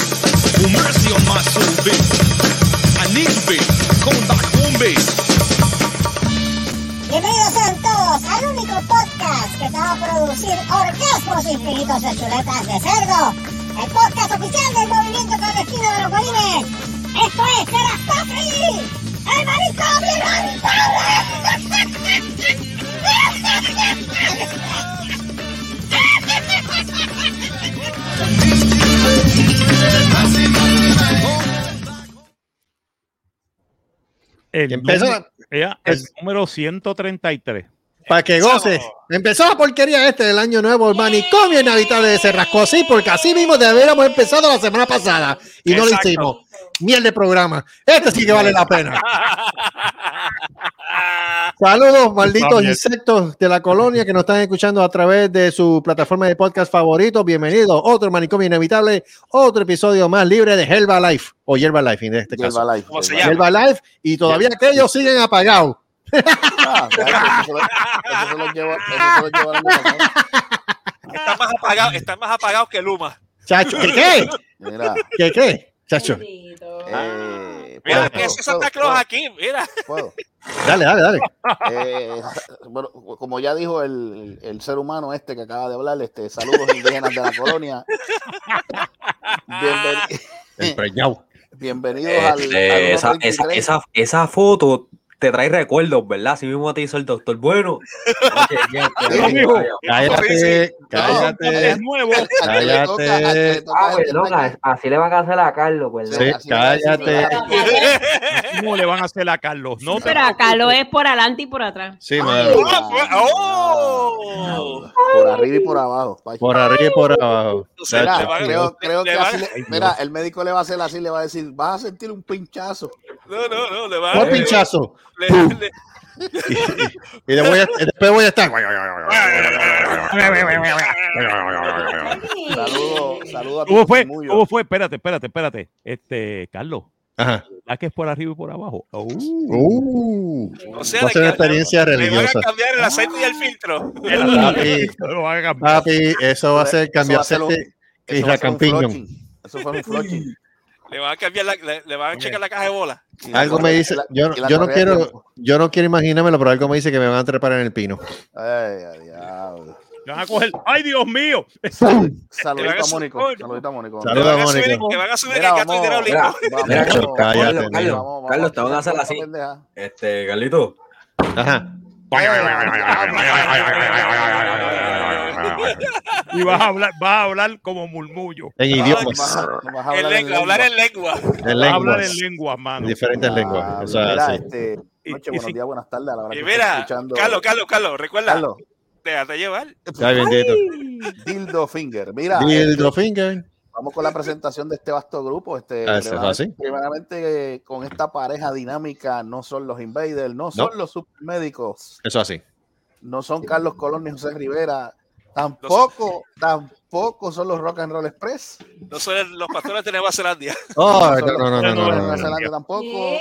Well, mercy on my soul, bitch. I need you, bitch. Come back home, bitch. Bienvenidos sean todos al único podcast que te va a producir orgasmos infinitos de chuletas de cerdo. El podcast oficial del movimiento clandestino de los bolines. Esto es Eras Patri, el marico El, Empezó. número, ella, el Es- número 133. Para que goces. Empezó la porquería este del año nuevo, el manicomio inhabitable de Cerrasco. Sí, porque así mismo deberíamos empezado la semana pasada y no Exacto. lo hicimos. Miel de programa. Este sí que vale la pena. Saludos, malditos Vamos, insectos de la colonia que nos están escuchando a través de su plataforma de podcast favorito. Bienvenidos. Otro manicomio inevitable. Otro episodio más libre de Helva Life o Yerba Life en este caso. Herbalife. ¿Cómo se llama? Yerba Life. Y todavía aquellos siguen apagados. Ah, ya, eso se lo- eso se lo lleva- eso se lo lleva la luna, Están más apagados están más apagados que Luma. Chacho, ¿qué qué? ¿no? Mira, ¿Qué qué? Chacho, eh, Ah. Mira, Ah, puedo, que ese puedo, Santa Claus aquí, mira. puedo, puedo. dale, dale, dale. Eh, bueno, como ya dijo el, el ser humano este que acaba de hablar, este, saludos indígenas de la colonia. Bienven- Empreñado. bienvenidos al, Este, al esa, esa, 1.33. esa, esa foto te trae recuerdos, ¿verdad? Así mismo te hizo el doctor. Bueno, oye, ya, ya, ya, amigo. ya. Cállate, cállate. Es nuevo. Al que le toca- al que le toca Ah, es el perdón, que- a- así le van a hacer a Carlos, ¿verdad? Sí, así- cállate. ¿Cómo le van a hacer a Carlos? No, Pero acá lo es por adelante y por atrás. Sí, mano. Ah, pues, ¡oh! Por arriba y por abajo. pacho. Por arriba y por abajo. O sea, Mira, te va- creo, creo te que va- así le- mira, el médico le va a hacer así, le va a decir, vas a sentir un pinchazo. No, no, no, le va Por le- pinchazo. le- le- Y después voy a, después voy a estar. Saludos, saludos a ¿Cómo fue? Timullo. ¿Cómo fue? Espérate, espérate, espérate. Este, Carlos, Ajá. ¿la que es por arriba y por abajo? Oh. Uh, o sea, va a de ser una que- experiencia Le van religiosa. a cambiar el aceite y el filtro. Ah, Papi, Lo van a cambiar. papi, eso va a ser cambiarse. este- Eso va a ser de Eso va a ser un Campiñón. floching. Eso fue un floching. Le van a cambiar la, le, le van a checar la caja de bola. Y la Algo me corre- dice, y la- yo, y la yo no correa de quiero, tiempo. yo no quiero imaginármelo, pero algo me dice que me van a trepar en el pino. Ay, ay, diablo. Le van a coger. ¡Ay, Dios mío! Te van Saludito a a Mónico. subir. Saludito a Mónico. Saludos. Le Saluda, van a subir, Mónico. le van a subir Mira, el gato vamos. hidráulico. Vamos, Mira, vamos, Carlos, vamos, cállate, vamos, Carlos, vamos, Carlos, vamos, te van a hacer vamos, así. pendeja. Este, Carlito. Ajá. Y vas a hablar, vas a hablar como murmullo. En Ay, idiomas, vas a- vas a En hablar en lengua, hablar en lengua. en Vas a hablar lenguas, en lenguas, mano. en diferentes lenguas. Ah, O sea, mira, sí. este, noche, Y- y buenos si- días, buenas tardes. a la hora Y que estés mira, escuchando. Carlos, Carlos, Carlos, recuerda, Carlos, déjate llevar. Ay, bendito. Dildo Finger. Mira, Dildo este, finger. vamos con la presentación de este vasto grupo. Este, Ah, eso es así. primeramente, primeramente, eh, con esta pareja dinámica, no son los invaders, no son los supermédicos, Eso así. no son Carlos Colón ni José Rivera, tampoco, tampoco son los Rock and Roll Express, No son los pastores de Nueva Zelanda. Oh, son no, no, no, no, los no, de no, Nueva no, no. Zelanda tampoco.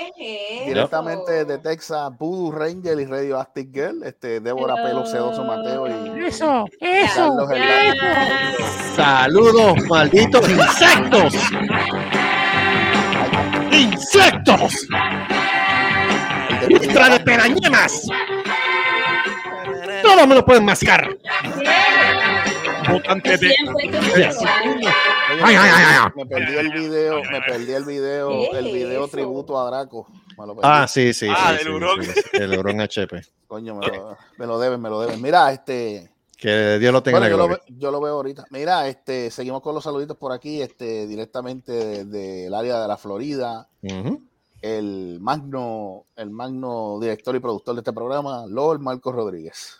Directamente de Texas, Voodoo Ranger y Radio Astic Girl, este, Débora Pelo, Cedoso Mateo y Eso, Carlos Hernández. Saludos, malditos insectos. Insectos, Este, extra de perañemas. Todos me lo pueden mascar. Votante de- Oye, Ay, ay, ay, ay. Me perdí el video, me perdí el video, el video tributo a Draco. Me lo perdí. Ah, sí, sí. Ah, sí, del sí, hurón. sí, sí. El hurón HP. Coño, me lo, me lo deben, me lo deben. Mira, este. Que Dios lo tenga bueno, en yo la lo, gloria. ve- yo lo veo ahorita. Mira, este, seguimos con los saluditos por aquí, este, directamente del área de la Florida. Ujú. El magno, el magno director y productor de este programa, Lord Marcos Rodríguez.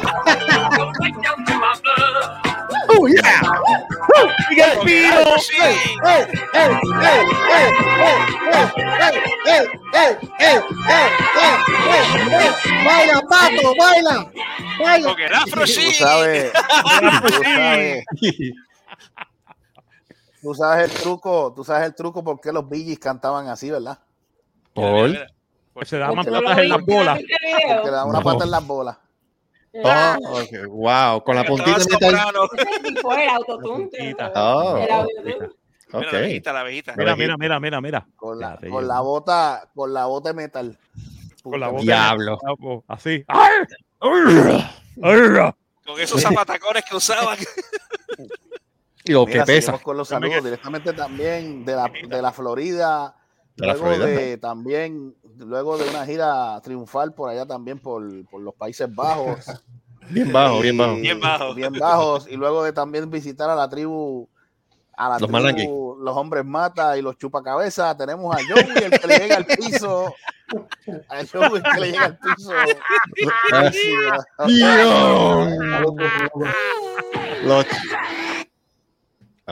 ¡Oh, yeah! ¡Oh, yeah! ¡Claro que pues, sí! ¡Ey, ey, ey, ey, ey, ey, ey, ey, ey, ey, ey, ey, ey! ¡Baila, pato, baila! Con el afro Tú sí. sabes, tú sabes, Sí. tú sabes el truco, tú sabes el truco por qué los Billys cantaban así, ¿verdad? Mira, mira, mira. Pues Se daban ¿Tú no lo patas en las viste bolas. en el Porque video? le daban una No. pata en las bolas. Oh, ok, Wow, con la puntita Estaba de metal. soprano. Ese es tipo, el autotune. te- Puntita. Oh, el autotune. Mira, la ok. abejita, la abejita. Mira, mira, mira, mira, mira. Con la, Ya, te llevo. con la bota, con la bota de metal. Con la Puta bota. Diablo. Así. ¡Ay! ¡Arra! ¡Arra! Con esos zapatacones que usaban. Y lo que Mira, pesa. seguimos con los Dame saludos directamente también de la, de la Florida. De la luego Florida. de también, luego de una gira triunfal por allá también por, por los Países Bajos. Bien bajo, bien bajo. Y- Bien bajo. Bien bajos. Y luego de también visitar a la tribu, a la Los tribu, Malaki. los hombres mata y los chupacabezas. Tenemos a Joey, el que le llega al piso. A Joey, el que le llega al piso. Sí, ¿verdad? Los-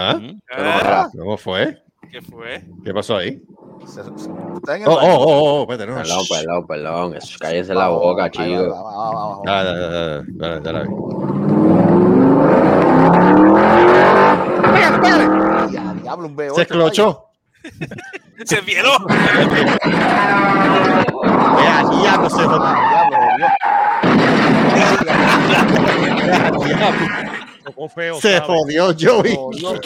¿Ah? Ah, ¿Cómo fue? ¿Qué fue? ¿Qué pasó ahí? Se- se- está en el Oh, oh, baño. oh, oh, espérate, no. Perdón, perdón, perdón. eso, Cállese la Vamos, boca, ahí va, ahí va, chico. vamos, vamos, vamos. Dale, dale, dale, dale, dale, dale. Ya, diablo, un B8, Se esclochó. Se violó. Vea, diablo, se jodió. vaya, diablo, Dios. Tocó feo. Se ¿sabes? jodió, Joey. Oh, Dios.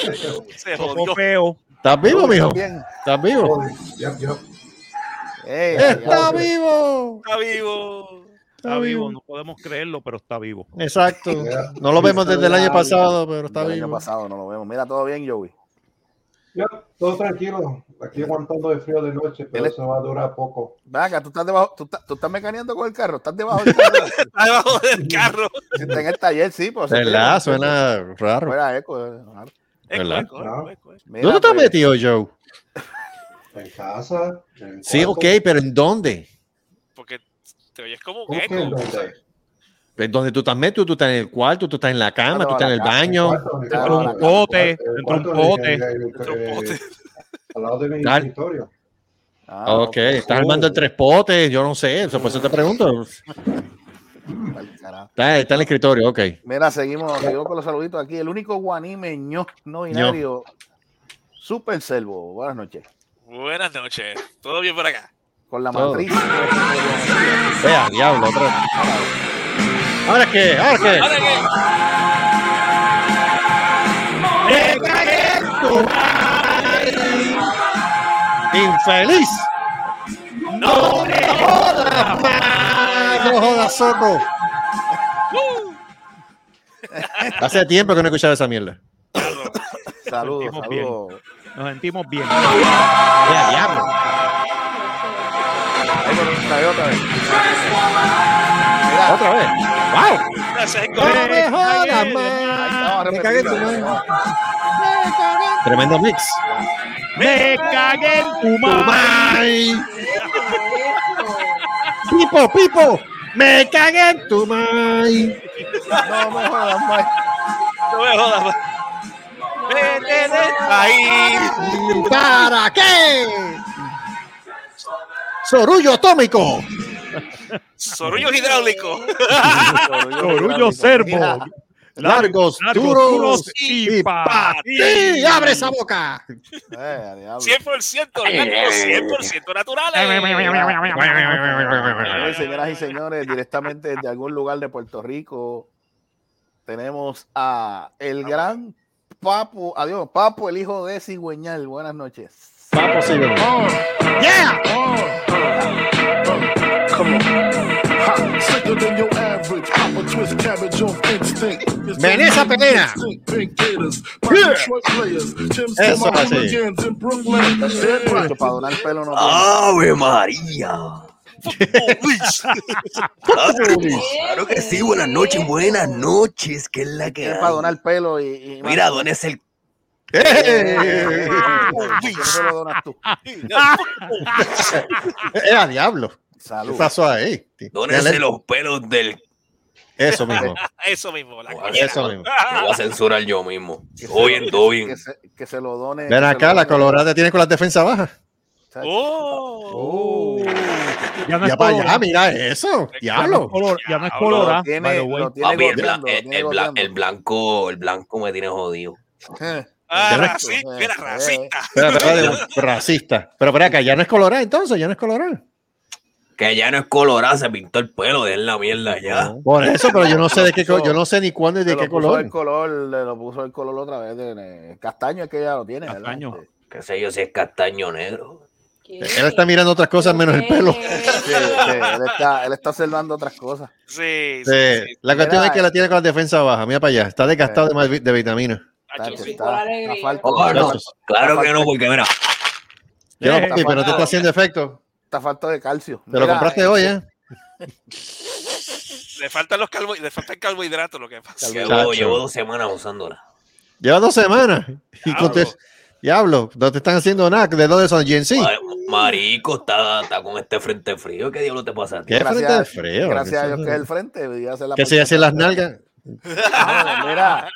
Se Tocó jodió. feo. ¿Estás vivo, mijo? Bien. Eh, ¿Estás vivo? Eh, Ey, ¡Está diablo. vivo! Está vivo. Está vivo. No podemos creerlo, pero está vivo. Exacto. No lo vemos desde el año pasado, pero está Del año vivo. pasado no lo vemos. Mira, todo bien, Joey. Todo tranquilo, aquí aguantando de frío de noche, pero Él- eso va a durar poco. Ven acá, tú estás debajo, tú estás, tú estás mecaneando con el carro, estás debajo del carro. Está debajo del carro. Si está en el taller, sí, pues. si ¿Verdad? estoy- Suena raro. Fuera eco. eh. Eco, ¿Verdad? Ah. eco, eco, eco. Mira, ¿Dónde estás pues, metido, Joe? En casa. en el Sí, cuarto. ok, pero ¿en dónde? Porque te oyes como un ¿Cómo que eco. en dónde? ¿En dónde tú estás metido? ¿Tú estás en el cuarto? ¿Tú estás en la cama? Claro, ¿Tú estás en el acá, baño? Cuarto, en el Dentro de cuarto, un en el cuarto, pote, en el dentro cuarto, de un en el- en el- Dentro de un pote. Al lado de mi Dale. escritorio. ah, Ok, estás Oh. armando el tres potes, yo no sé, eso, por eso te pregunto. al carajo. Está, está en el escritorio, ok. Mira, seguimos, seguimos con los saluditos aquí. El único guanime ño, no binario. Super Selvo, buenas noches. Buenas noches. ¿Todo bien por acá? Con la Todo. matriz. Vea, diablo, otra vez. ¿Ahora qué? ¿Ahora qué? Ahora que- ¡Infeliz! ¡No! ¡Ay, no jodas, Soco! Hace tiempo que no escuchaba esa mierda. Saludos, Sentimos saludos. Nos sentimos bien. Ah, Vea, diablo. Ahí por- otra vez, Otra otra vez. Mira, vez. ¡Wow! Gracias, ¡No eco. me jodas, vamos a man! Me cagué en repetirlo. tu mano. Tremendo mix. Me cagué en tu madre. Pipo, Pipo, me cagué en tu mai. No me jodas, Mike. No me jodas. ma. Vete de ahí. ¿Para qué? Sorullo atómico. Sorullo hidráulico. Sorullo servo. Mira, Largos, duros, y pa- ti. ¡Sí! ¡Abre esa boca! eh, a diablo. 100% orgánico, 100% naturales. Bueno, señoras y señores, directamente desde algún lugar de Puerto Rico, tenemos a Ah. el gran Papo, adiós, Papo, el hijo de Cigüeñal. Buenas noches. Papo, sí, ven. ¡Yeah! Ven esa pelea. Eso así. Esto para donar pelo no tiene. ¡Ave María! Claro que sí, Claro que sí, buenas noches, buenas noches, que es la que Es para hay. donar pelo y. y- Mira, don es el Eh, ¿Por qué no lo donas tú? Era diablo. ¿Qué Salud. pasó ahí? dónese los pelos del Eso mismo. Eso mismo, Ah, la coñera. Eso mismo. Lo voy a censurar yo mismo. Que se- Hoy en Dobin. Que se, que se lo done. Ven que se acá, lo la done. colorada tiene con las defensas bajas. Oh. Ya, no es para allá, colorado. mira eso. Diablo. ya no es colorado. colorado. by the way. Papi, el, bla- el- el bla- el blanco, el blanco me tiene jodido. Eh. Ah, Era- racista, era racista. Pero, pero, pero, racista. Pero para acá, ya no es colorado entonces, ya no es colorado. Que ya no es colorado, se pintó el pelo, de la mierda ya. Por eso, pero yo no sé de qué co- yo no sé ni cuándo y de qué El color. color, le lo puso el color otra vez. de- de- castaño es que ya lo tiene. Castaño. Qué sé yo si es castaño negro. Él está mirando otras cosas menos el pelo. él, está, él está observando otras cosas. Sí, Sí, Eh, La cuestión Mira, es que la tiene con la defensa baja. Mira para allá. Está desgastado de, más vi- de vitamina. está- Yo soy está- por está alegría. falto- Oh, no, Eso es- claro que no, porque mira, Yo Eh, no, papi, pero te está haciendo efecto. está falto de calcio. Te lo Mira, compraste eh, hoy, ¿eh? Le faltan los carbo- le faltan carbohidratos, lo que pasa. llevo, Chacho. llevo dos semanas usándola. Lleva dos semanas. Y Diablo. contes- Diablo, no te están haciendo nada. ¿De dónde son? ¿GNC? Ma- Marico, está, está con este frente frío. ¿Qué diablo te pasa a ti? ¿Qué Gracias, frente de frío? gracias a Eso- Dios que es el frente. y hace la Que se hacen las nalgas. Ah, Mira,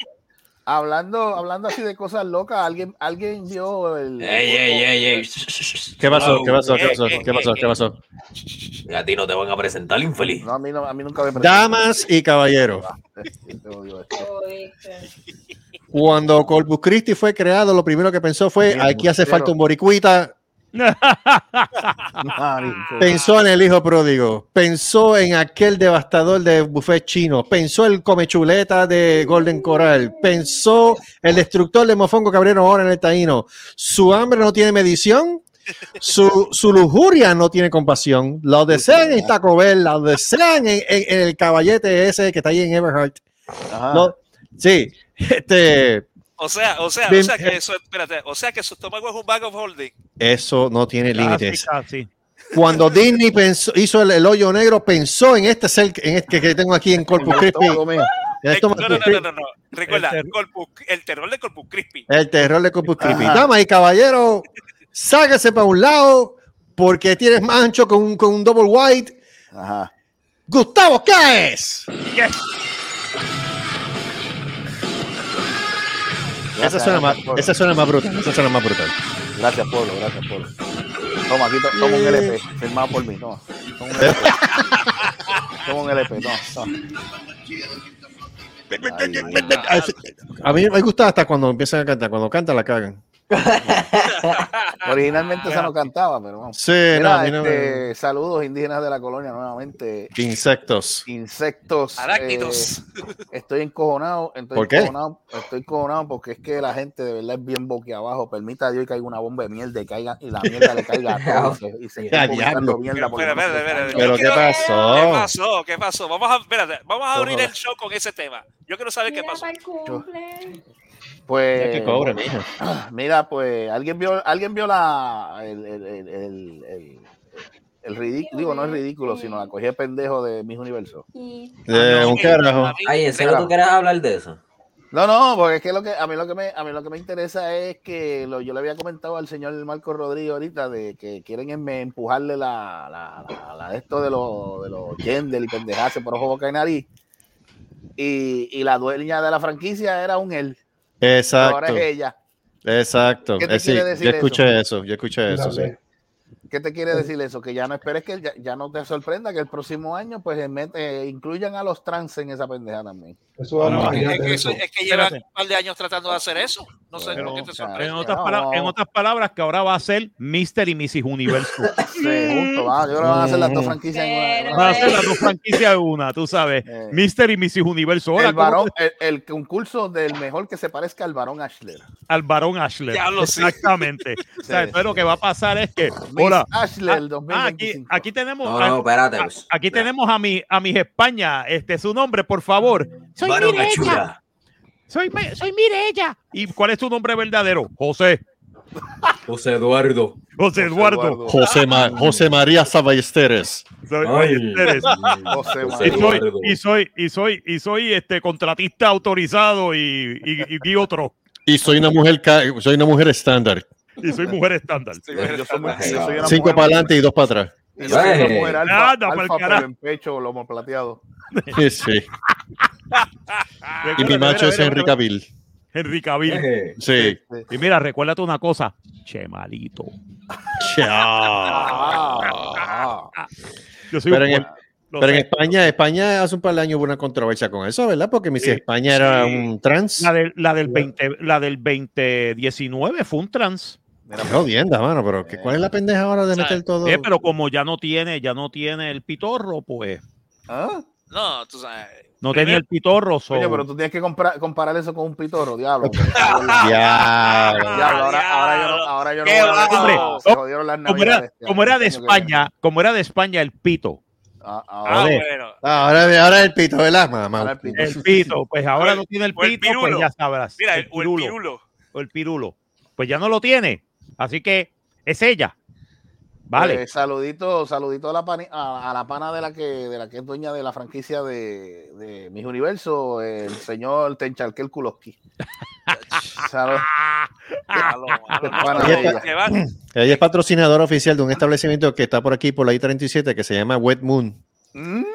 hablando, hablando así de cosas locas, alguien, alguien vio el. Ey, ey, ey, ey. Shh, shh, shh. ¿Qué pasó? Wow. ¿Qué pasó? ¿Qué eh, pasó? eh, ¿Qué pasó? eh, ¿Qué pasó? A ti no te van a presentar, infeliz. No, a mí, no, a mí nunca me presentó. Damas y caballeros, Te odio esto. Jodiste. cuando Corpus Christi fue creado, lo primero que pensó fue, Mira, aquí hace pero- falta un boricuita. Marico. Pensó en el hijo pródigo, pensó en aquel devastador de buffet chino, pensó el comechuleta de Golden Coral, pensó el destructor de mofongo que abrieron ahora en el taíno. Su hambre no tiene medición, su, su lujuria no tiene compasión. La desean en Taco Bell, la desean en, en- en el caballete ese que está ahí en Everhart. Ajá. No, sí, este, O sea, o sea, o Bien, sea eh. que eso, espérate, o sea que su estómago es un bag of holding. eso no tiene límites. Casi, casi. Cuando Disney pensó- hizo el, el hoyo negro, pensó en este cel en este que tengo aquí en Corpus Christi. Todo mío. En Eh, esto no, me- no, no, no, no, no. Recuerda, El ter- Corpus- el terror de Corpus Crispy. El terror de Corpus Christi. Ajá. Damas y caballeros, sáquese para un lado porque tienes más ancho con un, con un double white. Ajá. Gustavo, ¿qué es? Esa Gracias, suena, más, gracias, pueblo. esa suena más brutal. Esa suena más brutal. Gracias, pueblo. Gracias, pueblo. Toma, aquí to- toma un Eh. LP. Firmado por mí. Toma. Toma un LP. toma un LP. Toma. toma. Ay, mira. A mí me gusta hasta cuando empiezan a cantar. Cuando cantan, la cagan. Originalmente esa no cantaba, pero vamos. Sí, no, Mira, a mí no me- este, Saludos indígenas de la colonia nuevamente. Insectos. Insectos. eh, Arácnidos. Estoy encojonado, estoy ¿Por qué? encojonado, estoy encojonado porque es que la gente de verdad es bien boquiabajo. Permita a Dios que caiga una bomba de mierda y, caiga, y la mierda le caiga a todos. y se- y se Ya, esté vomitando diablo. mierda Pero, porque espera, no espera, se espera, daña. espera. Pero, Yo ¿qué quiero- Oh. ¿Qué pasó? pasó? ¿Qué pasó? Vamos a, espérate, vamos a Ojo. abrir el show con ese tema. Yo quiero saber qué Mira pasó. para el cumple. Ya Pues, que cobra, mija. mira, pues, alguien vio, alguien vio la el, el, el, el, el- el ridículo, digo, no es ridículo, sino la cogí de pendejo de mis universos. Y De un carajo. Ay, ¿en serio tú quieres hablar de eso? No, no, porque es que lo que a mí lo que me a mí lo que me interesa es que lo, yo le había comentado al señor Marco Rodríguez ahorita de que quieren em- empujarle la, la, la- la de esto de los de los gender y pendejarse por ojo boca y nariz. Y, y la dueña de la franquicia era un él, ahora Exacto. es ella. Exacto. ¿Qué te Eh, sí, quiere decir yo eso? escuché eso. Yo escuché eso, sí. Dale. ¿Qué te Eh, quiere decir eso? Que ya no esperes que ya, ya no te sorprenda que el próximo año pues en met- eh, incluyan a los trans en esa pendeja también. Eso da No, más Es allá que, de eso- eso. es que llevan Espérate. un par de años tratando de hacer eso. No sé Pero, por qué te o sea, sorprende. En otras, no. pala- en otras palabras, que ahora va a ser Mr. y Mrs. Universo. Sí, justo, vamos, yo creo que van a hacer las dos franquicias en una- en una. Va Mm. a ser las dos franquicias de una, tú sabes. Eh. Mr. y Mrs. Universo. Ahora el, varón, el, el concurso del mejor que se parezca al varón Ashler. al varón Ashler. Ya lo sé. Exactamente. o sea, entonces lo que va a pasar es que. Miss Hola. Ashler Ah, ah, aquí, 2025. aquí tenemos. Ah, No, no, a- espérate. a- aquí tenemos a mi, a mis España. Este, su nombre, por favor. Soy Varón Mireya. Achura. Soy, Mi- soy Mireya. ¿Y cuál es tu nombre verdadero? José. José Eduardo. José Eduardo. José, Ma- José María Saballesteres. Soy- Ay. eres. José Y José soy, Eduardo. y soy, y soy, y soy este contratista autorizado y, y, y- y otro. Y soy una mujer, ca- soy una mujer estándar. Y soy mujer estándar. Sí, bueno, Yo soy, muy- yo soy una Cinco mujer, para adelante y dos para atrás. yo soy una Eh. mujer alfa, Anda, pa'l alfa, pero carajo. en pecho, lomo plateado. Sí, sí. Ah. Y mi macho es Henry Cavill. Henry Cavill. Eh, Sí. Este, Y mira, recuérdate una cosa. Che malito. ah, Pero Yo soy un en, E, puerco. Lo pero en sé. España, España hace un par de años hubo una controversia con eso, ¿verdad? Porque mi si Sí, España era sí. un trans. La del, la del 20, la del 2019 fue un trans. Qué jodienda, mano, pero ¿qué- ¿cuál es la pendeja ahora de meter todo? Eh, pero como ya no tiene, ya no tiene el pitorro, pues. ¿Ah? No, tú sabes. No tenía el pitorro. so- Oye, pero tú tienes que compra- comparar eso con un pitorro, diablo. Diablo. Diablo, ahora, ahora yo no, ahora yo no Qué voy a hablar de hombre. eso. Se jodieron las este como, era, navidades, como era de coño, qué bien. España, como era de España el pito. Ah, Ah, ahora, Eh. Joder. bueno. Ahora, ahora el pito, ¿verdad? Mamá, ahora el pito. El pito, pues ahora el- no tiene el o el pito, pues pirulo. ya sabrás. Mira, el, o el pirulo, pirulo. o el pirulo. Pues ya no lo tiene. Así que es ella. Vale. Eh, saludito, saludito a la, pani- a, a la pana de la que de la que es dueña de la franquicia de, de Mis Universo, el señor Tencharkel Kuloski. Salud. Malo, malo, no, Para no, ella. no, te vas. Ella es patrocinadora oficial de un establecimiento que está por aquí, por la I-37, que se llama Wet Moon. Mm, Mm,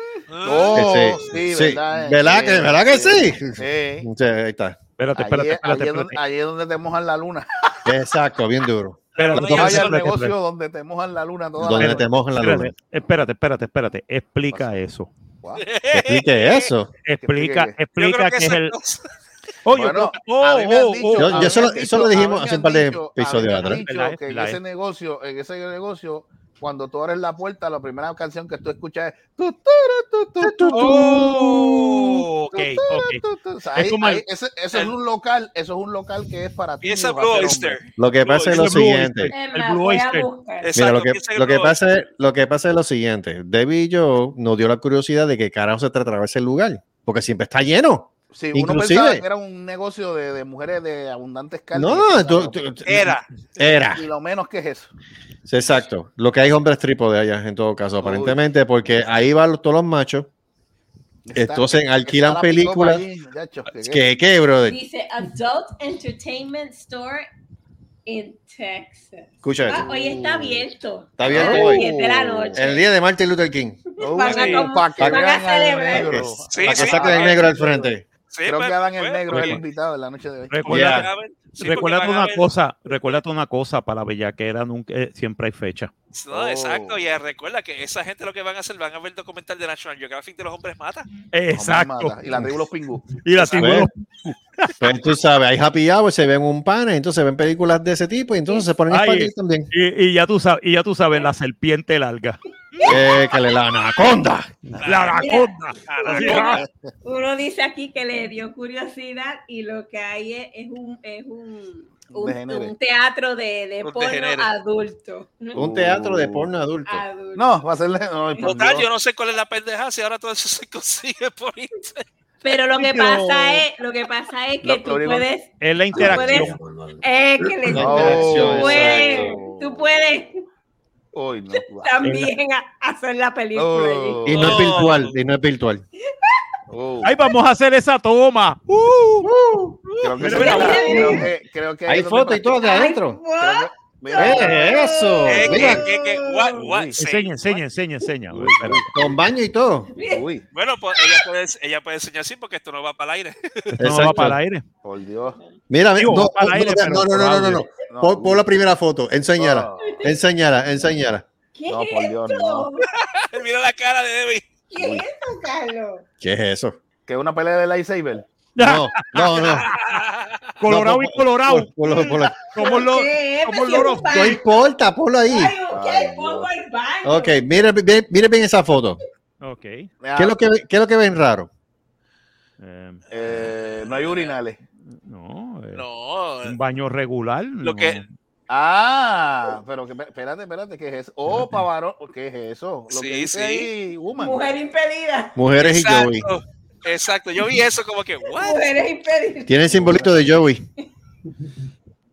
Oh, Ese- sí, sí. ¿verdad? ¿Verdad que- verdad que sí? sí. Sí, ahí está. Espérate, Allí, espérate, espérate. es- allí es espérate, donde, allí es donde te mojan la luna. Exacto, bien duro. espérate, no, No espérate, ya, vayas al espérate, negocio espérate, donde te mojan la luna toda Donde la te mojan la luna. espérate, Espérate, espérate, espérate. Explica eso. Explique eso. Explica, explique. Yo creo que explica que es esa el. cosa- Oye, Bueno, oh, a mí me han oh, dicho- oh, Yo- a yo mí solo- me han eso lo dicho- dijimos a mí hace un me par de han dicho- a mí episodios me han atrás. dicho La es, que en la ese es. negocio, en ese negocio, cuando tú abres la puerta, la primera canción que tú escuchas es tu, tu, tu, tu, tu, tu, oh, ok, ok. tu, tu. O sea, ahí- Es como el- ahí- ese- Eso es el- un local, eso es un local que es para ti. Piensa para Blue ser Oyster. hombre. Lo que pasa es lo Ese Blue siguiente. Oyster, El El Blue Oyster. Exacto, Mira, lo que, piensa en lo, que Blue pasa es, lo que pasa es lo siguiente. Debbie y yo nos dio la curiosidad de que carajo se trataba ese lugar, porque siempre está lleno. Sí, uno Inclusive- pensaba que era un negocio de, de mujeres de abundantes carnes. No, tú- tú- tú- Era. era. Y lo menos que es eso. Sí, Exacto. Lo que hay hombres trípode allá, en todo caso, aparentemente, porque ahí van los- todos los machos. Está- Entonces, está alquilan la picopa películas. allí, muchachos, que- ¿Qué, qué, brother? Dice Adult Entertainment Store in Texas. Escucha Ah, eso. hoy está abierto. Está abierto A las hoy. 10 de la noche. El día de Martin Luther King. Uh, Van a com- pa' que van a vean al celebrar. negro. Sí, para que sí. ah, saquen el negro al frente. Sí, Creo pues, que Adán el pues, Negro es el porque- invitado en la noche de hoy. Recuerda Ya. porque van a ver- sí, porque Recuérdate van a una ver- cosa, recuérdate una cosa, para Bellaquera nunca, eh, siempre hay fecha. No, Oh. exacto. Y recuerda que esa gente lo que van a hacer, van a ver el documental de National Geographic de los hombres mata. Mamá Exacto. mata. Y la tribu los pingú. Y la tribu de los- Pues tú sabes, hay happy hour, se ven un pana, entonces ven películas de ese tipo y entonces se ponen a Ay, expandir también. y, y ya tú sabes, y ya tú sabes, la serpiente larga. Eh, que le la anaconda. La anaconda. Uno, uno dice aquí que le dio curiosidad y lo que hay es, es un, es un, un, Degenere. un teatro de, de Un porno degenere. adulto. Un teatro de porno adulto. Ah, Adulto. No, va a ser. No, por Total, Dios. yo no sé cuál es la pendeja si ahora todo eso se consigue por internet. Pero lo que Pero- pasa es, lo que pasa es que Lo- lo tú único- puedes, Es la interacción. eh, que le- No, tú puedes, exacto. tú puedes Oh, Uy, no. va. también a- hacer la película. allí. Oh, Y no es virtual, y no es virtual. oh. Ay, vamos a hacer esa toma. Uh, uh. Creo que Mira, se- mira. creo que- creo que Hay donde fotos y practica- todo de adentro. Ay, creo que- mira, ¡Eh, eso! Eh, que- Mira, que- que- what- what- say- Enseña, enseña, enseña, enseña. Uy, Espera. con baño y todo. Uy, Bueno, pues ella puede, ella puede enseñar sí porque esto no va para el aire. Esto no va Exacto. para el aire. por Dios. Mira, Digo, no, para el aire, no, no, no, no, no, no, no. No, Pon, pon la uy, Oh, primera foto, enséñala, no. enséñala, enséñala. ¿Qué No, es por Dios, esto? Mira la cara de Debbie. ¿Qué es esto, Carlos? ¿Qué es eso? Que es una pelea de lightsaber. No, no, no. Colorado y colorado. Pon- ponlo, ponlo. Somos los. ¿Qué es? somos Si es un loros. baño. No importa, ponlo ahí. Ay, ok, Ay, pongo el baño. Ok, mire, bien- mire bien esa foto. Ok. eh, ¿Qué es lo que, ve- qué es lo que ven raro? Eh, no hay urinales. no, eh, No, un baño regular. Lo que- Ah, pero que, espérate, espérate, ¿qué es eso? Oh, Pavarón, ¿qué es eso? Lo que Sí, dice sí. ahí, woman. Mujer impedida. Mujeres exacto, y Joey. exacto. Yo vi eso como que, what? Mujeres impedidas. Tiene el simbolito de Joey.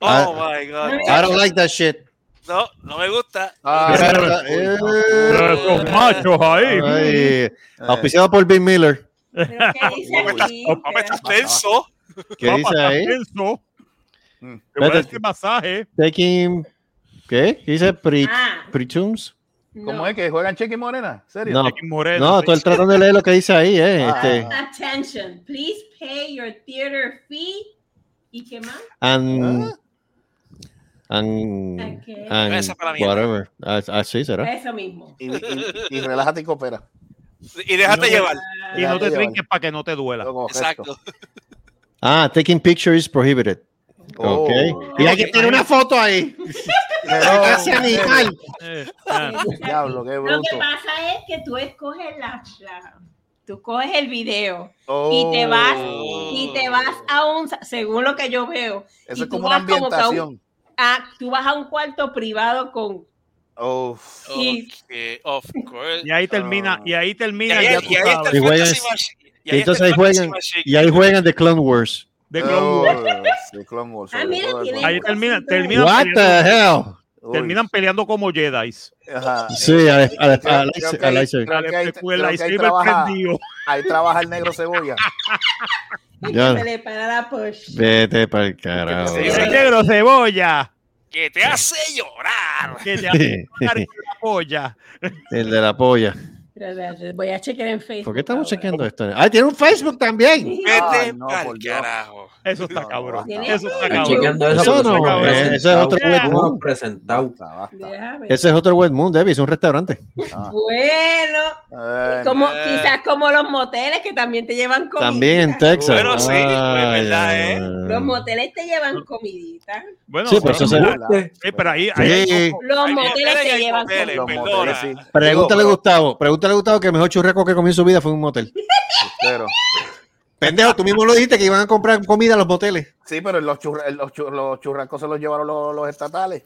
Ah, Oh my god. I don't like that shit. No, no me gusta. Ah, Mira, uy, eh, no. no. Esos machos ahí. ay, Mm. Eh, auspiciado por Bill Miller. Pero, ¿qué dice ¿Cómo estás- aquí? cómo Ah. estás tenso? ¿Qué dice ahí? Eso. Mm. Te voy a Vete. hacer masaje. Taking. ¿Qué? ¿Qué dice? Pre, Ah, Pretums. no. ¿Cómo es que juegan Cheque y Morena? ¿En serio? No, Jackie Moreno, no, sí. pues. estoy tratando de leer lo que dice ahí, eh. Ah, este, ah, Attention, please ¿Ah? pay your theater fee. ¿Y qué más? and And, Ok. and Esa para mí. whatever. As- Así ¿Ah? será. Eso mismo. Y, y- y relájate y coopera. Y déjate Y no- llevar. Y no te Déjate trinques para que no te duela. Exacto. Ah, taking picture is prohibited. Oh, Ok. Y hay que tener una foto ahí. Casi animal. Eh, Ah. Diablo, qué Lo que bruto. pasa es que tú escoges la, la- tú coges el video Oh. y te vas y te vas a un según lo que yo veo. Eso y es tú como una vas que a un- ambientación. ah, tú vas a un cuarto privado con Uf. y Ok, of course. Y ahí termina, y ahí Y termina. ahí, ya y tú ahí está sabes. el Y juegan- Fantasy Machine. Y entonces ahí juegan, y ahí juegan The Clone Wars. De Clone Oh, Wars. sí, Clone Wars, Ah, sobre mira, todo el tiene- Clone Ahí Wars. termina, terminan, What the peleando, hell? Oh. Uy, terminan peleando como Jedi. ajá. Sí, a, a, a, Creo- a- creo que a- ahí- a- a- creo que ahí- Con el creo que ahí lightsaber trabaja- prendido. ahí trabaja el negro cebolla. y Ya. se le para la push. Vete para el carajo. Sí, El negro cebolla. Que te hace llorar. Que te hace dar con El la polla. de la polla. Pero, espérate, Voy a chequear en Facebook. ¿Por qué estamos ahora. chequeando esto? Ah, tiene un Facebook también. Vete no, pa'l por Dios. carajo. Eso está No, cabrón. basta. Eso está Están cabrón. chequeando eso. Eso porque no, son unos eh, eso es otro presentados, web, ¿no? unos presentados. Ah, Basta, basta. Déjame. Ese es otro Wet Moon, Debbie, es un restaurante. Bueno, Eh, como, eh. quizás como los moteles que también te llevan comida. También en Texas. Bueno, sí, pues, verdad, ¿eh? Los moteles te llevan comidita. Bueno, Sí, pero Pues eso se- ¿Viste? sí, pero ahí, ahí hay Sí. Los Hay moteles moteles y te hay llevan moteles, comida. Los perdona. moteles, sí. Pregúntale a Digo, Gustavo, pregúntale a Gustavo que el mejor churreco que comió en su vida fue en un motel. pero- Pendejo, tú mismo lo dijiste que iban a comprar comida a los moteles. Sí, pero los, churra- los, chu- los churrascos se los llevaron los, los estatales.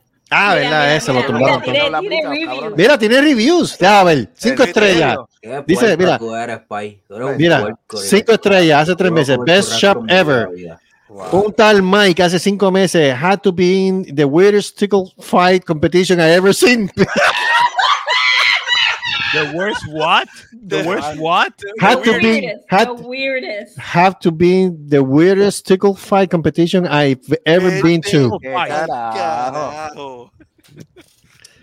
Mira, Ah, verdad, mira, eso mira, lo mira, tumbaron. todo. tiene- La tiene puta, review. cabrón. Mira, tiene reviews. Ya, ver, cinco ¿En estrellas. serio? Qué Dice, puerco mira. tú eres, país. Tú eres un Mira, puerco, eres. cinco estrellas hace Yo tres voy a meses. comer Best churrasco shop en mi ever. vida. Wow. Un tal Mike hace cinco meses had to be in the weirdest tickle fight competition I ever seen. The worst what? The worst what? had to be Weirdest, had the weirdest. have to be in the weirdest tickle fight competition I've ever been to. Qué Ay, carajo. Carajo.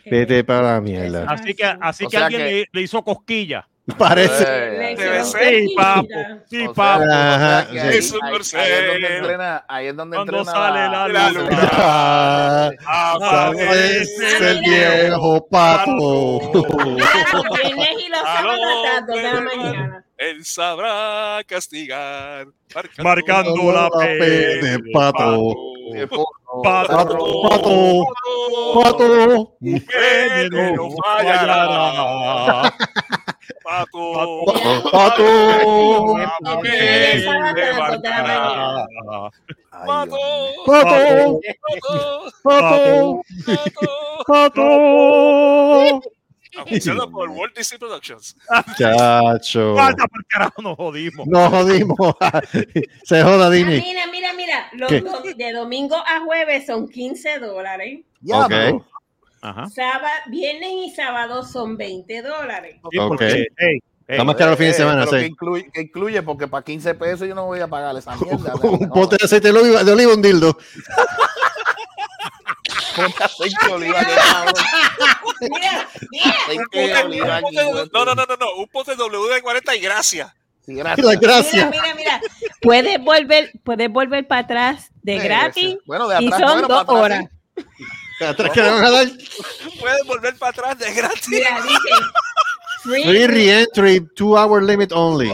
Vete para la mierda. Así que, así O que sea alguien que- le, le hizo cosquilla. Parece. Le Eh, hicieron Sí, comidita. papo. Sí, o sea, papo. Ajá, o sea que sí. ahí- Es un ahí- ahí es corcel. donde entrena- Ahí es donde Cuando entrena. sale la luna. Ah, es es el viejo papo. Claro, los viernes y los Al sábados a las dos de la hombre, mañana. Él sabrá castigar. Marcando, Marcando la P de pato. Mi esposo. Pato. Pato, pato, Eh, Que Eh, no fallará. Pato. pato, El viernes y el sábado a las dos de la mañana. Ay, Pato. pato, Pato. pato, Pato. pato. Anunciado por Walt Disney Productions. Chacho. Falta por carajo, nos jodimos. Nos jodimos. Se joda, Ah, Dini. mira, mira, mira. Los ¿Qué? do- de domingo a jueves son 15 dólares. Diablo. Ok. Ajá. Sábado, viernes y sábado son 20 dólares. Sí, porque, Ok. ey, ey, Está más caro los fines de Eh, semana, pero sí. ¿qué incluye, qué incluye? Porque para 15 pesos yo no voy a pagar esa mierda. Un pote de aceite de oliva, de oliva, un dildo. de aceite de oliva. qué cabrón. Mira, Eh, mira. Aceite de oliva aquí, güey. No, no, no, no, no. Un pote WD-40 y gracias. Sí, gracias. La gracia. Mira, mira, mira. Puedes volver, puedes volver para atrás de Eh, Sí, gratis. gracias. Bueno, de atrás, y son bueno, para dos atrás, horas. Atrás que le van a dar Puedes volver para atrás de gratis. Mira, dice. Free, free re-entry, two hour limit only.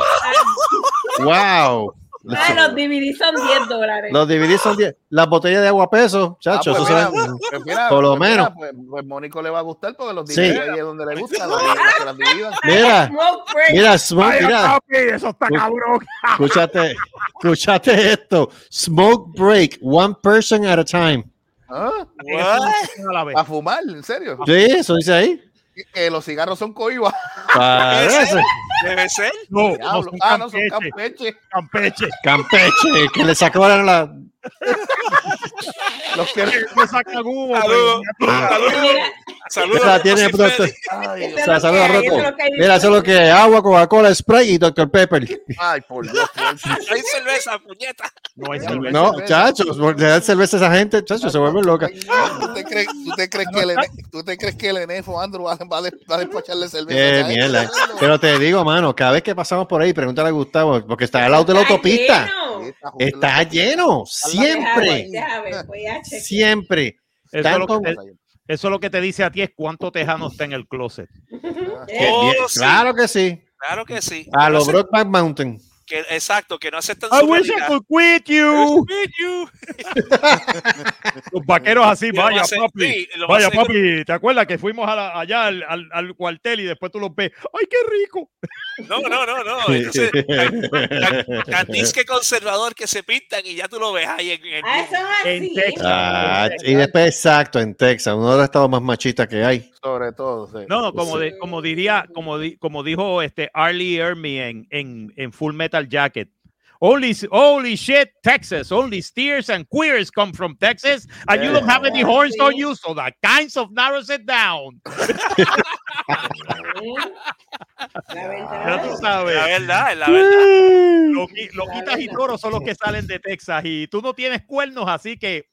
Wow. Ah, los ah, dividí son 10 dólares. Los dividí son 10. Las botellas de agua a peso, chacho. Ah, pues eso mira, saben. pues mira, Por lo pues mira, menos. Pues, pues Mónico le va a gustar porque los Sí. divide ahí es donde le gusta. Las, las, las dividan. Mira, Smoke break. mira, Ah, smoke, mira. papi, eso está cabrón. Escúchate, escúchate esto. Smoke break, one person at a time. ¿Ah? A la vez. A fumar, en serio. Ah. Sí, eso dice ahí. Que los cigarros son coibas. Parece. Debe ser. No, no, Diablo. son Ah, no, son campeche, campeche. campeche. Campeche, que le sacaron la. Los que. No saca Hugo, Saludos. pues. Saludos. Mira, Saludos. Esa tiene José producto- Freddy. Eso Ay, O es Dios. sea, lo saludos que hay, eso roto. es lo que hay. Mira, eso es lo que es agua, Coca-Cola, Spray y Dr. Pepper. Ay, por Dios. Por Hay cerveza, puñeta. No hay Ya, cerveza. No, chachos, le dan cerveza a esa gente, chachos, se vuelven locas. ¿Tú te crees, tú te crees que el ene- tú te crees que el enefo Andrew va, va a des- va a despacharle cerveza? Qué ¿sabes? mierda. Diablo. Pero te digo, mano, cada vez que pasamos por ahí, pregúntale a Gustavo, porque está al lado de la Está autopista. lleno. Está justo en la- Está lleno, Déjame, siempre, déjame, voy a chequear. siempre. Eso es, lo que te, eso es lo que te dice a ti es cuánto tejano está en el closet. Qué Oh, bien. sí. Claro que sí. Claro que sí. Que A no los ace- Brockback Mountain. que- exacto, que no aceptan I su wish I realidad. could quit you. Quit you. Los vaqueros así, Lo vaya más seguro- papi. sí, lo más Vaya seguro- papi, ¿te acuerdas que fuimos a la- allá al, al- al cuartel y después tú los ves? ¡Ay, qué rico! No, no, no, no. Entonces, Candiz que conservador que se pintan y ya tú lo ves ahí en, en- Ah, son así. En Texas. Ah, y después, exacto, en Texas, uno de los estados más machistas que hay. Sobre todo, sí. No, no, como, Sí. de- como diría, como, di- como dijo este Arlie Ermy en, en, en Full Metal Jacket. Only, holy shit, Texas. Only steers and queers come from Texas, and you don't have any Yeah. horns on you, so that kinds of narrows it down. La Ya verdad. tú sabes. La verdad, es la verdad. Lo- Loquitas y toros son los que salen de Texas, y tú no tienes cuernos, así que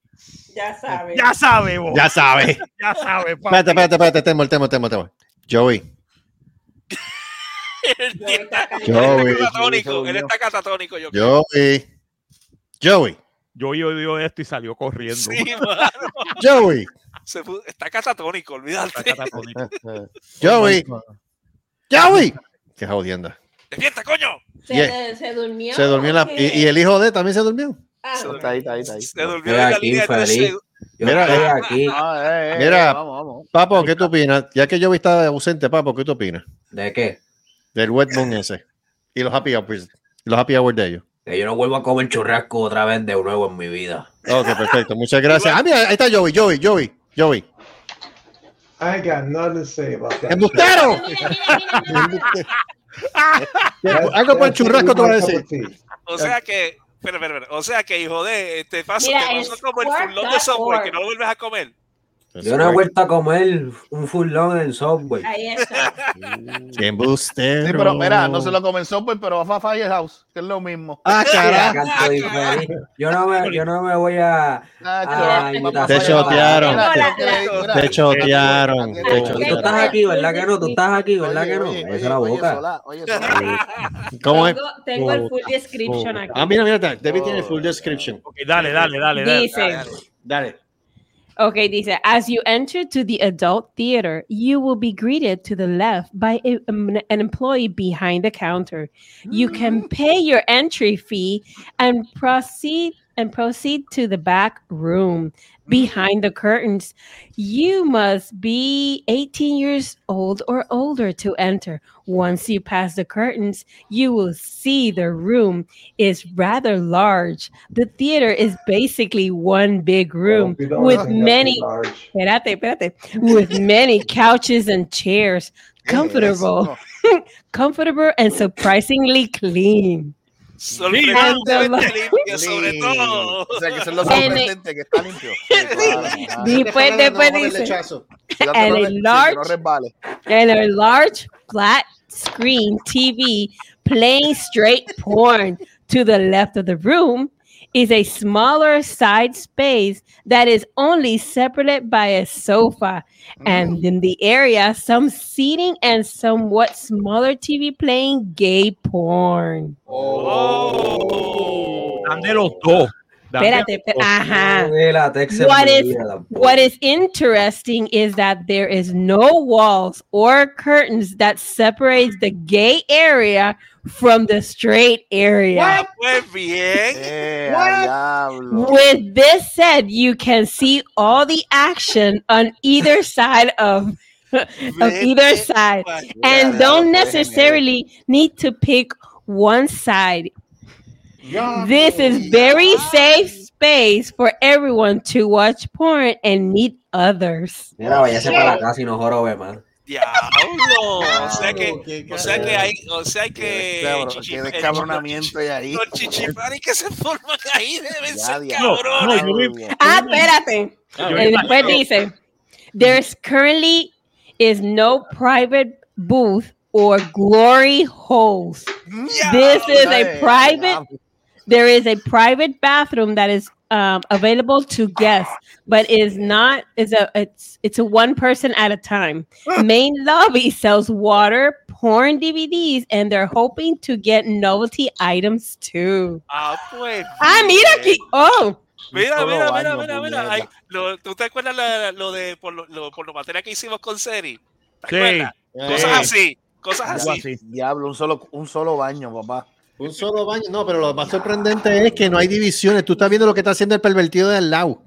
Ya sabes. ya sabes, vos. Ya sabes. Ya sabes, papi. Espérate, espérate, espérate, temo, temo, temo, temo. Joey. Yo, él güey, está catatónico, yo, él yo. está catatónico, yo creo. Joey. Joey. Joey oyó esto y salió corriendo. Sí, mano, Joey. se puso- está catatónico, Está olvídate. catatónico. Joey. Joey. Qué jodienda. ¡Despierta, coño! Se, se durmió. Se durmió la. ¿o qué? Y, y el hijo de él también se durmió. Ah, Se Está ahí, está ahí, está ahí. Se durmió Estoy en la aquí, línea de tres feliz. segundos. Yo Mira, estoy eh. aquí. Ah, eh, eh, Mira. eh, vamos, vamos. Papo, ¿qué tú opinas? Ya que Joey está ausente, Papo, ¿qué tú opinas? ¿De qué? Del Wet Moon ese. Y los Happy Hours. Los Happy Hours de ellos. Que yo no vuelvo a comer churrasco otra vez de nuevo en mi vida. Ok, perfecto. Muchas gracias. Ah, mira, ahí está Joey, Joey, Joey, Joey. I got nothing to say about that. ¡Embustero! Mira, mira, mira, mira. That's- Algo por el that's churrasco te voy a my cup decir. of tea. O sea que, espera, espera, espera. O sea que, hijo de, este paso, Mira, te es pasó como el squirt fulón de dot software org. que no lo vuelves a comer. Yo no he vuelto a comer un furlón en Subway. Ahí está. ¡Qué embustero! Sí, pero mira, no se lo comenzó, pues, pero va a Firehouse, que es lo mismo. ¡Ah, carajo! Canto de infeliz. Yo no me, yo no me voy a. Ah, Ay, chaval, te va para chotearon. Firehouse. Mira, mira, mira, mira. Te chotearon. te Te Tú chotearon. chotearon. estás aquí, ¿verdad que no? Tú estás aquí, ¿verdad que no? Oye, Esa oye, es la oye, boca. Solá, oye, Solá. ¿Cómo es? Tengo, tengo Oh, el full description aquí. Ah, mira, mira, David tiene full description. Ok, dale, dale, dale, dale. Dice. Dale. Okay, dice, as you enter to the adult theater, you will be greeted to the left by a- um, an employee behind the counter. You can pay your entry fee and proceed and proceed to the back room behind the curtains. You must be 18 years old or older to enter. Once you pass the curtains, you will see the room is rather large. The theater is basically one big room We don't with think that's many large. Espérate, espérate. With many couches and chairs, comfortable, comfortable, and surprisingly clean. Sorprendentemente Sí. limpio, sobre todo. O sea, que son los N. sorprendentes que está limpio. Claro, Di- ajá. Después- Déjame ver, después no, no, dice. el lechazo. Cuidado que N. no re- sí, que Large. no resbale. And a large flat screen TV playing straight porn to the left of the room is a smaller side space that is only separated by a sofa. And in the area, some seating and somewhat smaller TV playing gay porn. Dan de los dos. Dan de Espérate, los espérate. dos. Ajá. No de la Texas What en mi is- vida tampoco. What is interesting is that there is no walls or curtains that separates the gay area from the straight area. Pues bien. Eh, al diablo. With this said, you can see all the action on either side of of either Vete side pa' and Ya, don't ya, necessarily need to pick one side. Ya, This is very Ah, safe space for everyone to watch porn and meet others. Mira, váyase para acá si no jorobe más. Diablo. O sea que, Qué o sea que hay, o sea que. descabro- chichi- eh, Qué el descabronamiento hay ahí. chichi- Los chichiparis que se forman ahí deben Ya, ser diablo. cabrones. No, yo vi- Ah, espérate. Yo El imagino- después dice, there's currently is no private booth or glory holes. This is a Ay, private, diablo. there is a private bathroom that is um, available to guests, but is not, is a, it's, it's a one person at a time. Main lobby sells water, porn DVDs, and they're hoping to get novelty items too. Ah, pues. Ah, mira bien. aquí. Oh, Mira, Solo mira, mira, baño, mira, mira. puñeta. Ay, lo- ¿Tú te acuerdas la- lo de por lo, lo- por lo materia que hicimos con Seri? ¿Te Sí. acuerdas? Ah, Eh, Cosas así, cosas Algo así. Diablo, un solo, un solo baño, papá. Un solo baño. No, pero lo más sorprendente es que no hay divisiones. Tú estás viendo lo que está haciendo el pervertido de al lado.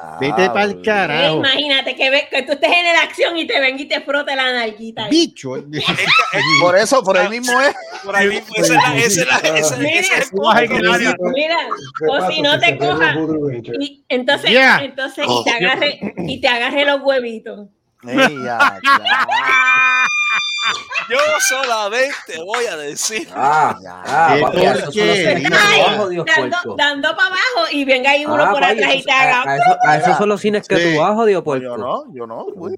Ah, Vete para el Eh, carajo. imagínate que, ve- que tú estés en la acción y te venga y te frote la nalguita. ahí. Bicho. Por eso, por ahí Ah. mismo eh. es. Por ahí mismo, esa es la- esa es la- esa- ese Mira, es el mira, punto. mira, o Pues si no te coja. Y entonces, Yeah. Oh, entonces y te agarre, y te agarre los huevitos. Ey, ya, ya, Yo solamente voy a decir. Ah, ah, papi, ¿Qué eso son los porquería? cines que Ay, abajo, Dios dando, puerco. dando para abajo y venga ahí uno Ah, por papi, atrás y eso- te a, haga. a eso- a esos son los cines que Sí. tú bajo, Dios Yo puerco. no, yo no. güey.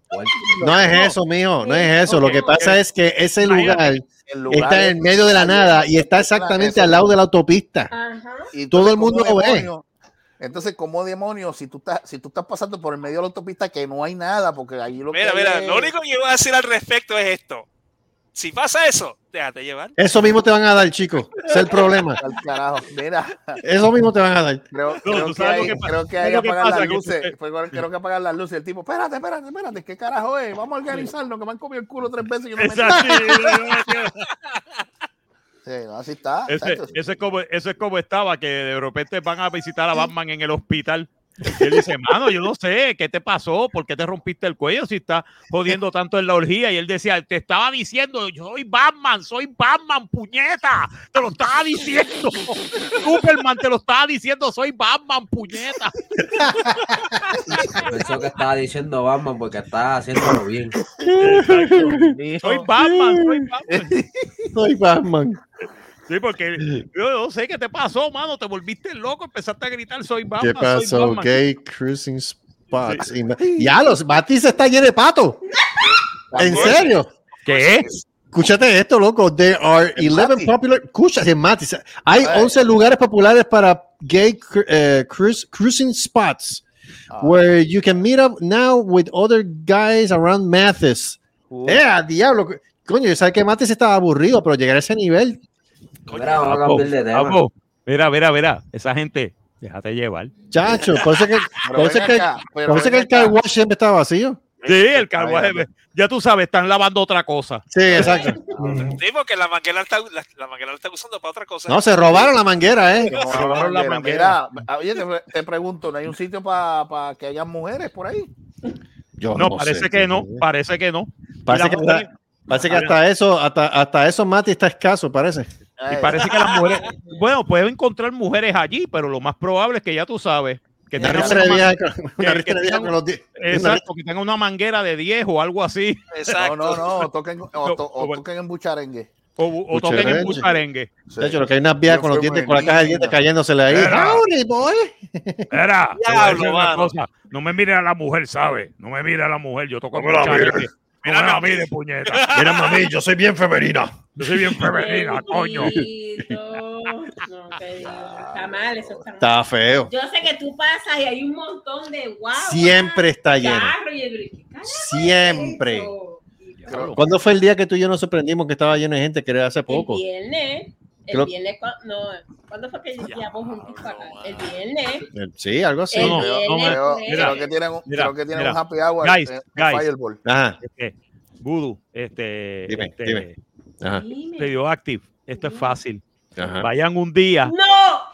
No es eso, mijo. No es eso. Lo que pasa es que ese lugar El lugar está en es- medio de la nada y está exactamente al lado de la autopista. Y Todo entonces, el mundo ¿cómo lo ve. demonio- Entonces, como demonios, si tú estás, si tú estás pasando por el medio de la autopista que no hay nada, porque allí lo Mira, que mira, hay lo es- único que yo voy a decir al respecto es esto. Si pasa eso, déjate llevar. Eso mismo te van a dar, chico. Ese es el problema. Al carajo, mira. Eso mismo te van a dar. Creo, tú creo que sabes lo hay, que pa- creo que ¿sabes hay lo que apagar pasa? las Que luces. tú- Fue cuando- creo que apagar las luces. El tipo, espérate, espérate, espérate, ¿qué carajo es? Vamos a organizarnos, que me han comido el culo tres veces y yo no me Esa- sí, Sí, no, así está. Ese, Ah, exacto. ese es como, eso es como estaba, que de repente van a visitar a Batman en el hospital. Y él dice, mano, yo no sé, ¿qué te pasó? ¿Por qué te rompiste el cuello si está jodiendo tanto en la orgía? Y él decía, te estaba diciendo, yo soy Batman, soy Batman, puñeta. Te lo estaba diciendo. Superman te lo estaba diciendo, soy Batman, puñeta. Pensó que estaba diciendo Batman porque estaba haciéndolo bien. Soy Batman, soy Batman. Soy Batman. Sí, porque yo no sé qué te pasó, mano. Te volviste loco, empezaste a gritar, soy Batman. ¿Qué Soy pasó? Batman. Gay cruising spots. in- Ya, los Batis está lleno de pato. ¿En Tampoco. serio? ¿Qué? Escúchate esto, loco. There are 11 Mati. popular. Escúchate, Mati. Hay Ay. 11 lugares populares para gay cru- eh, cruis- cruising spots Ah, where you can meet up now with other guys around Mathis. Uh. Eh, a diablo. Coño, yo sabía que Mathis estaba aburrido, pero llegar a ese nivel. Mira, vamos a cambiar de tema. Papo, mira, mira, mira. Esa gente, déjate llevar. Eh, Chacho, por eso que, Pero por eso ven que, acá, pero por eso ven que el acá. car wash siempre está vacío. Sí, el carro Ay, es- Ya tú sabes, están lavando otra cosa. Sí, exacto. Mm-hmm. Digo que la manguera está, la, la manguera la está usando para otra cosa. No, se robaron la manguera, ¿eh? Como Se la robaron la manguera. Mira, ah, oye, te, pre- te pregunto, ¿no hay un sitio para que haya mujeres por ahí? Yo No, parece sé, que no, tío. parece que no. Parece Y que, las mujeres- hasta, parece Ah, que hasta eso, hasta, hasta eso Mati está escaso, parece. Eh, y parece que las mujeres, bueno, pueden encontrar mujeres allí, pero lo más probable es que ya tú sabes que Una tengan ristra de una vieja man- con- que- una que ristra de vieja tengan- con los dientes. exacto, que tengan una manguera de 10 o algo así, Exacto. No, no, no, toquen, o, No, to- o bueno. toquen en bucharengue. o, o toquen Cucharengue. en cucharengue. De hecho, lo que hay unas viejas Yo con los fui dientes, con la buenísimo. caja de dientes cayéndosele ahí. Era. ¡Howdy, boy! Era, te voy a decir Diablo, una mano. cosa, no me mire a la mujer, ¿sabes? No me mire a la mujer, yo toco No me la cucharengue. mires. No me la mire, puñeta. Mira, mami, yo soy bien femenina. Yo soy bien femenina, coño. Bendito. No, te digo, Está mal, eso está mal. Está feo. Yo sé que tú pasas y hay un montón de guau. Siempre está lleno. Siempre. ¿Cuándo fue el día que tú y yo nos sorprendimos que estaba lleno de gente que era hace Poco. poco? El viernes. El Creo- viernes, cua- no, ¿cuándo fue que llegamos juntos acá? El viernes. Eh, Sí, algo así. El no, viernes. no, Creo, fue- mira, creo que tienen, un- mira, creo que tienen mira. un happy hour Guys, en- en guys. Fireball. Ajá, Este, Voodoo, este, Dime, este, dime. ajá, Dime. Radioactive, esto es fácil. Ah. ajá. Vayan un día, No,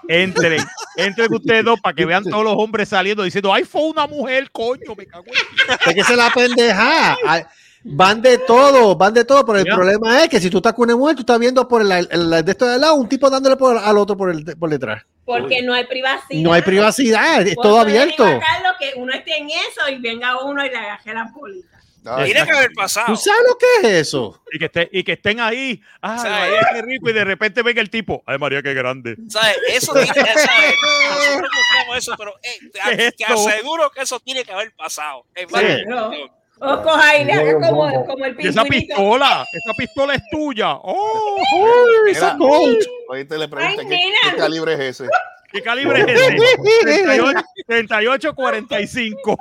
entren, entren ustedes dos para que vean todos los hombres saliendo diciendo, ay, fue una mujer, coño, me cago en Es que se la pendeja. Ay, Van de todo, van de todo, pero el Ya. problema es que si tú estás con una mujer, tú estás viendo por el, el- el de esto de al lado, un tipo dándole por- al otro por, el, por detrás. porque no hay privacidad. No hay privacidad, es Por todo eso le digo abierto. a Carlos que uno esté en eso y venga uno y le agaje la polita. Ay, Tiene que haber pasado. ¿Tú sabes lo que es eso? y que, esté- y que estén ahí. ah, Ay, Sí. María, qué rico. Y de repente venga el tipo. Ay, María, qué grande. ¿Sabes? Eso tiene que haber Nosotros buscamos eso, pero eh, te, ¿Qué es te esto? aseguro que eso tiene que haber pasado. En Sí. varios No. momentos. O coja y le haga No, no, como, no. como el Y esa pingüinito. pistola, esa pistola es tuya. Oh, Uy, Mira, esa coach. Ahorita le pregunté Ay, ¿qué, nena. qué calibre es ese. ¿qué calibre es ese? 38, 38 45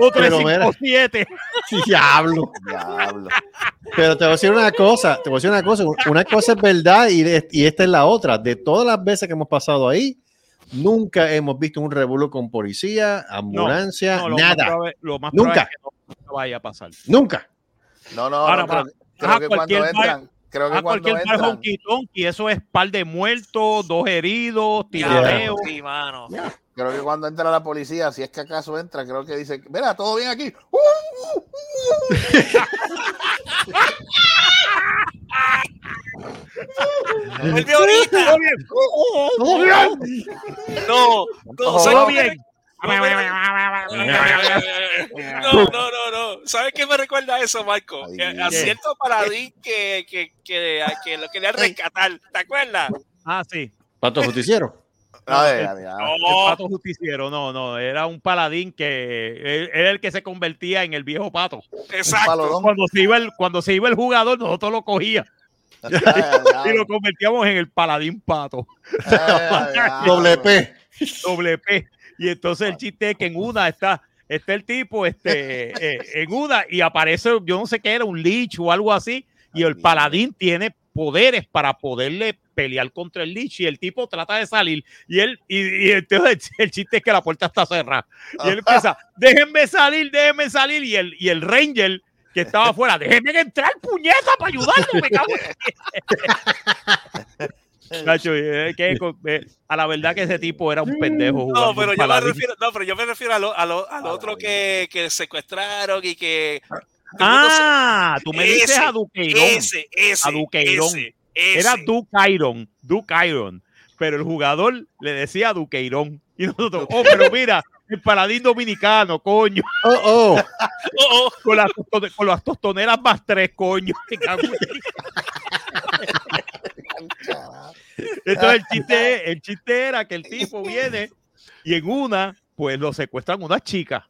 o Pero mira. 357. Diablo. Diablo. Pero te voy a decir una cosa, te voy a decir una cosa, una cosa es verdad y, de- y esta es la otra. De todas las veces que hemos pasado ahí, Nunca hemos visto un revuelo con policía, ambulancia, No, lo más nada. probable- lo más probable nunca, es que no vaya a pasar. nunca. No, no, Ahora, no, creo, va, creo a que cualquier cuando bar- entran, creo que a cuando cualquier bar entran. honky tonky, eso es par de muertos, dos heridos, tirareo. Sí, mano. Creo que cuando entra la policía, si es que acaso entra, creo que dice, mira, todo bien aquí. Uh, Vuelve ahorita. Todo bien. Todo bien. No, no, ¿sabes Todo qué me- bien. No, no, no, no. ¿Sabes qué me recuerda a eso, Marco? Eh, Que a ¿qué? cierto Eh. paradis que, que, que, a- que lo querían rescatar. ¿Te acuerdas? Ah, sí. Pato justiciero. el, Ah, el pato justiciero, no, no, era un paladín que era el que se convertía en el viejo pato. Exacto. Cuando se iba el, cuando se iba el jugador, nosotros lo cogíamos y lo convertíamos en el paladín pato. Ah, Doble P. Doble P. Y entonces el chiste es que en una está, está el tipo, este, eh, en una, y aparece, yo no sé qué era, un lich o algo así, y el paladín tiene poderes para poderle pelear contra el lich y el tipo trata de salir y él y, y entonces el chiste es que la puerta está cerrada y él empieza déjenme salir déjenme salir y el y el ranger que estaba afuera déjenme entrar puñeta para ayudarlo me cago en Nacho, eh, que con- eh, a la verdad que ese tipo era un pendejo. No, jugando pero un yo me paladín. refiero, no, pero yo me refiero a lo, a lo, a lo otro que, que secuestraron y que. Ah, tú me dices Ese, a Duqueirón. ese, ese, a Duqueirón. ese, ese. Era Duqueirón, Duqueirón. Pero el jugador le decía Duqueirón. Y nosotros, oh, pero mira, el paladín dominicano, coño. Oh, oh. Con, las, tostone- con las tostoneras más tres, coño. Me cago en ti. Entonces el chiste, el chiste era que el tipo viene y en una, pues lo secuestran una chica.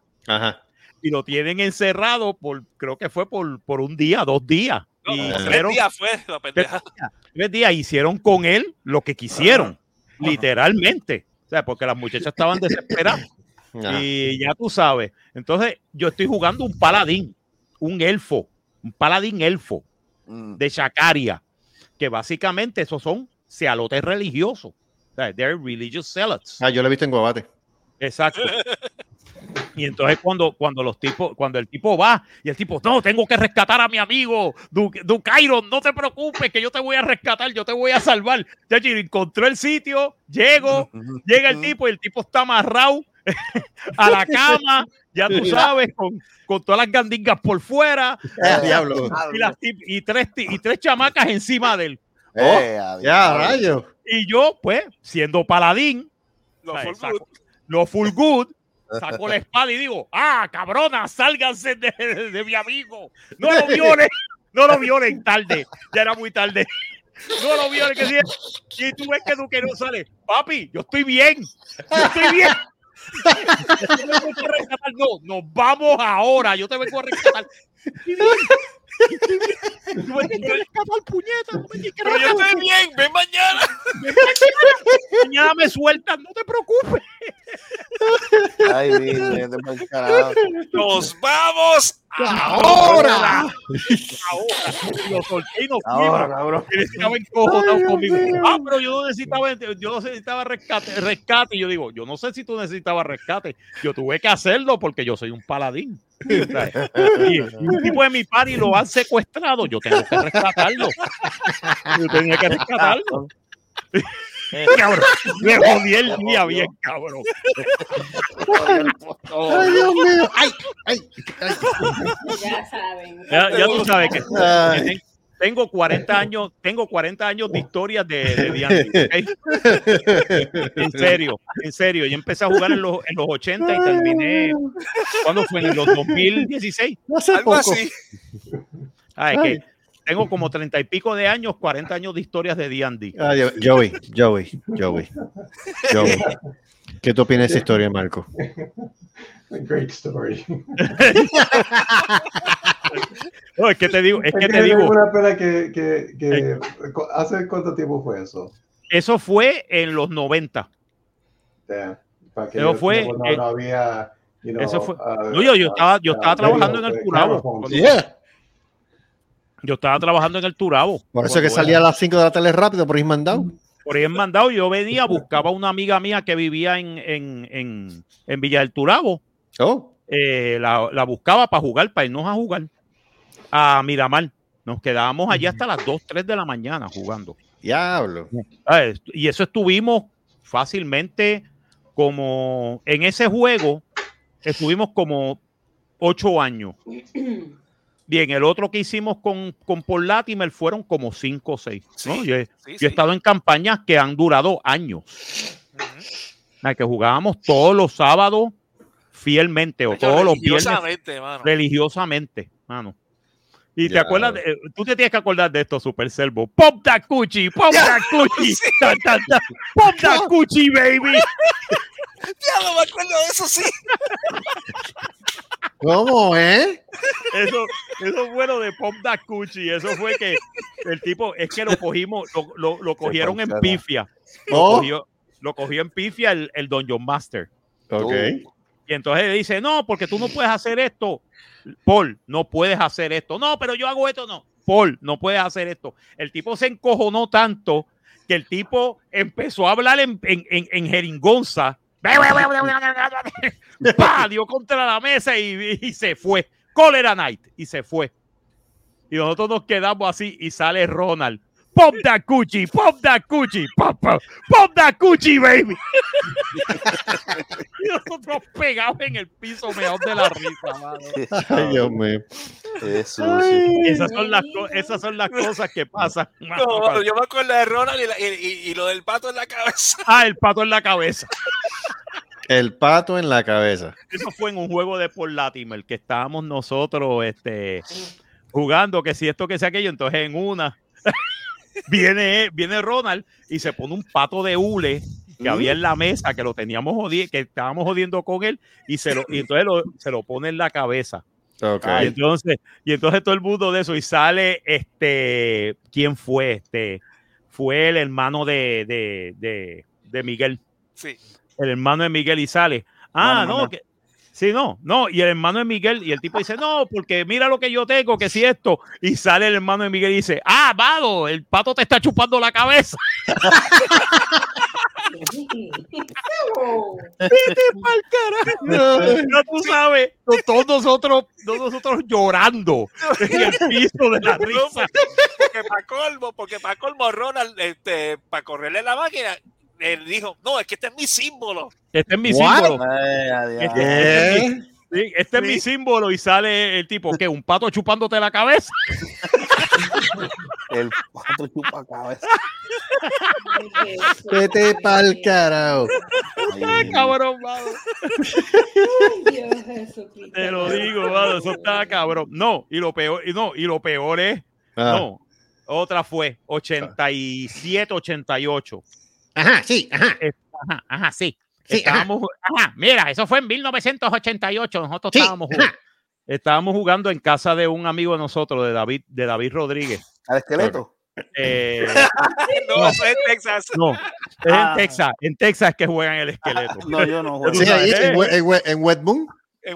Y lo tienen encerrado por, creo que fue por, por un día, dos días. y Tres hicieron- días fue la pendeja. tres días, tres días, hicieron con él lo que quisieron, literalmente. O sea, porque las muchachas estaban desesperadas. Ajá. Y ya tú sabes. Entonces, yo estoy jugando un paladín, un elfo, un paladín elfo Mm. de Shakaria, que básicamente esos son cealotes religiosos. O sea, they're religious zealots. Ah, yo lo he visto en Guabate. Exacto. Y entonces cuando, cuando los tipos, cuando el tipo va y el tipo, no, tengo que rescatar a mi amigo, Du- Ducairon, no te preocupes, que yo te voy a rescatar, yo te voy a salvar. Ya yo encontró el sitio, llego, llega el tipo y el tipo está amarrado a la cama, ya tú sabes, con, con todas las gandingas por fuera. Ah, diablo. Y, las tip- y tres, ti- y tres chamacas encima de él. Eh, a ya, rayo. Y yo, pues, siendo paladín, lo full, good. lo full good, saco la espada y digo, ah, cabrona, sálganse de, de- de mi amigo. No lo violen, no lo violen tarde. Ya era muy tarde. No lo violen. Que si, y tú ves que Duque no sale, papi, yo estoy bien, yo estoy bien. Yo te vengo a rescatar. No, nos vamos ahora. Yo te vengo a rescatar. Tú me tienes que rescatar, puñeta. tú me tienes que Pero yo rescatar. estoy bien, ven mañana. Ven mañana. Mañana me sueltan, no te preocupes. Ay, mire, te mal carajo. Nos vamos ahora. ahora. Ahora. Lo solté y nos Ahora, fuimos. cabrón. Él estaba encojonado Ay, Dios conmigo. mío. Ah, pero yo no necesitaba, yo no necesitaba rescate, rescate. Y yo digo, yo no sé si tú necesitabas rescate. Yo tuve que hacerlo porque yo soy un paladín. ¿Sabes? Y un tipo de mi party lo han secuestrado. Yo tengo que rescatarlo. Yo tenía que rescatarlo. Ah, Cabrón, me jodí el día bien, cabrón. Ay, Dios mío. Ay, Ya saben. Ya, ya tú sabes que, que Ay. ten- tengo 40 años, tengo 40 años de historias de, de Diantre, ¿ok? En serio, en serio. Yo empecé a jugar en los, en los 80 y terminé. ¿Cuándo fue? En los 2016. Algo así. Ah, es que tengo como 30 y pico de años, 40 años de historias de D&D. Ah, Dios- Joey, Joey, Joey. Joey. ¿Qué te opinas de esa historia, Marco? Great story. No, es que te digo, es que te tengo digo. Una pena que, que, que ¿Hace cuánto tiempo fue eso? Eso fue en los 90. Yeah, para que Eso yo- fue, No, eh, no había. you know, Eso fue. uh, No, yo, yo uh, estaba, yo uh, estaba trabajando en videos el de Turabo. camera phones. cuando- Yo estaba trabajando en el Turabo. Por eso que cuando era- salía a las 5 de la tarde rápido por ir mandado. Por ahí en mandado, yo venía, buscaba una amiga mía que vivía en, en, en, en Villa del Turabo. Oh. Eh, la, la buscaba para jugar, para irnos a jugar a Miramar. Nos quedábamos allí hasta las 2, 3 de la mañana jugando. Diablo. Ah, es- Y eso estuvimos fácilmente como en ese juego estuvimos como ocho años. Bien, el otro que hicimos con, con Paul Latimer fueron como cinco o seis. ¿no? yo, he- yo he estado en campañas que han durado años. La que jugábamos todos los sábados fielmente o hecho, todos los viernes. religiosamente, mano. Religiosamente, mano. Y te Ya, acuerdas, de- eh, tú te tienes que acordar de esto, Super Servo. Pop that cuchi, pop that cuchi, ta, ta, ta. pop that cuchi, baby. Ya no me acuerdo de eso, sí. ¿Cómo, eh? Eso, eso fue lo de Pop That Cuchi. Eso fue que el tipo, es que lo cogimos, lo, lo- lo cogieron en panchada. pifia. Lo, Oh. cogió, lo cogió en pifia el, el Dungeon Master. Ok. Y entonces le dice, no, porque tú no puedes hacer esto. Paul, no puedes hacer esto. No, pero yo hago esto, no. Paul, no puedes hacer esto. El tipo se encojonó tanto que el tipo empezó a hablar en, en, en- en jeringonza. ¡Pa! Dio contra la mesa y, y se fue. Cólera Night. Y se fue. Y nosotros nos quedamos así y sale Ronald. Pop that coochie, pop that coochie, pop, pop, pop that coochie, baby. y nosotros pegados en el piso, mejor de la risa, mano. Ay, Dios mío. Esas son, las, co- esas son las cosas que pasan. mano, No, cuando- yo me acuerdo de Ronald y, la- y- y- y lo del pato en la cabeza. Ah, el pato en la cabeza. El pato en la cabeza. Eso fue en un juego de Paul Latimer que estábamos nosotros este, jugando, que si esto, que si aquello, entonces en una viene, viene Ronald y se pone un pato de hule que había en la mesa, que lo teníamos jodiendo, que estábamos jodiendo con él, y, se lo, y entonces lo- se lo pone en la cabeza. Ok. Y Ah, entonces, y entonces todo el mundo de eso, y sale este, ¿quién fue? Este, fue el hermano de, de, de, de Miguel Sí. el hermano de Miguel y sale. Ah, No, no, no, no. que- sí, no, no, y el hermano de Miguel, y el tipo dice, no, porque mira lo que yo tengo, que si esto, y sale el hermano de Miguel y dice, ah, vado, el pato te está chupando la cabeza. Vete pa'l carajo. No, tú sabes, no- todos nosotros, todos nosotros llorando en el piso de la risa. Porque para colmo, porque para colmo Ronald, este, para correrle la máquina, él dijo, no, es que este es mi símbolo. Este es mi What? símbolo. adiós. Este, este es mi- sí, este es mi símbolo y sale el tipo, que un pato chupándote la cabeza. El pato chupa cabeza. Vete pa'l carajo. Ay, cabrón, mano. Te lo digo, mano, eso está cabrón. No, y lo peor, y no, y lo peor es, Ah. no, otra fue 87, 88. Ajá, sí, ajá. Ajá, ajá, sí. Sí, ajá. estábamos, ajá, mira, eso fue en 1988, nosotros estábamos jugando. Estábamos jugando en casa de un amigo de nosotros, de David, de David Rodríguez. ¿Al esqueleto? Eh, no, no. eso es Texas. no, es Ah. en Texas, en Texas es que juegan el esqueleto. No, yo no juego. Sí, ahí en, We- en We- en Wet Moon.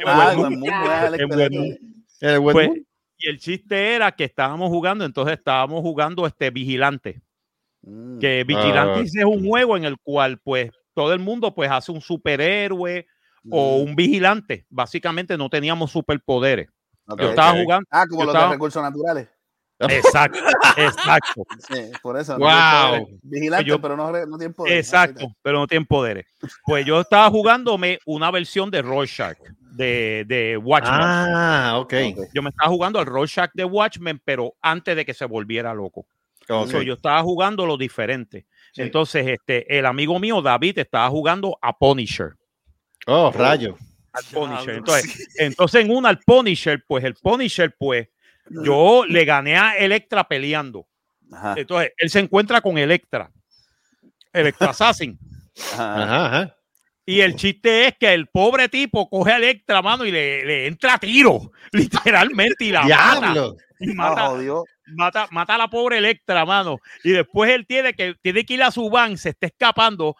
Ah, en Wet Moon, juega al En esqueleto. Wet Moon. El Wet Pues, Moon. y el chiste era que estábamos jugando, entonces estábamos jugando este vigilante. Que Vigilantes es un juego en el cual, pues, todo el mundo pues hace un superhéroe o Mm. un vigilante. Básicamente no teníamos superpoderes. Ok. Yo estaba jugando. Ah, como yo los estaba- de recursos naturales. Exacto, exacto. Sí, por eso. no Wow. tienen poderes. Vigilante, Pues Yo- pero no, re- no tienen poder. Exacto, pero no tienen poderes. Pues yo estaba jugándome una versión de Rorschach, de, de Watchmen. Ah, ok. Yo me estaba jugando al Rorschach de Watchmen, pero antes de que se volviera loco. Ok. So, yo estaba jugando lo diferente. Entonces, este, el amigo mío, David, estaba jugando a Punisher. Oh, rayo. Al Punisher. Entonces, entonces, en una al Punisher, pues el Punisher, pues yo le gané a Electra peleando. Entonces, él se encuentra con Electra. Electra Assassin. Ajá, ajá. Y el chiste es que el pobre tipo coge a Electra, mano, y le, le entra a tiro, literalmente, y la Diablo. mata. Y mata, mata, mata a la pobre Electra, mano. Y después él tiene que, tiene que ir a su van, se está escapando,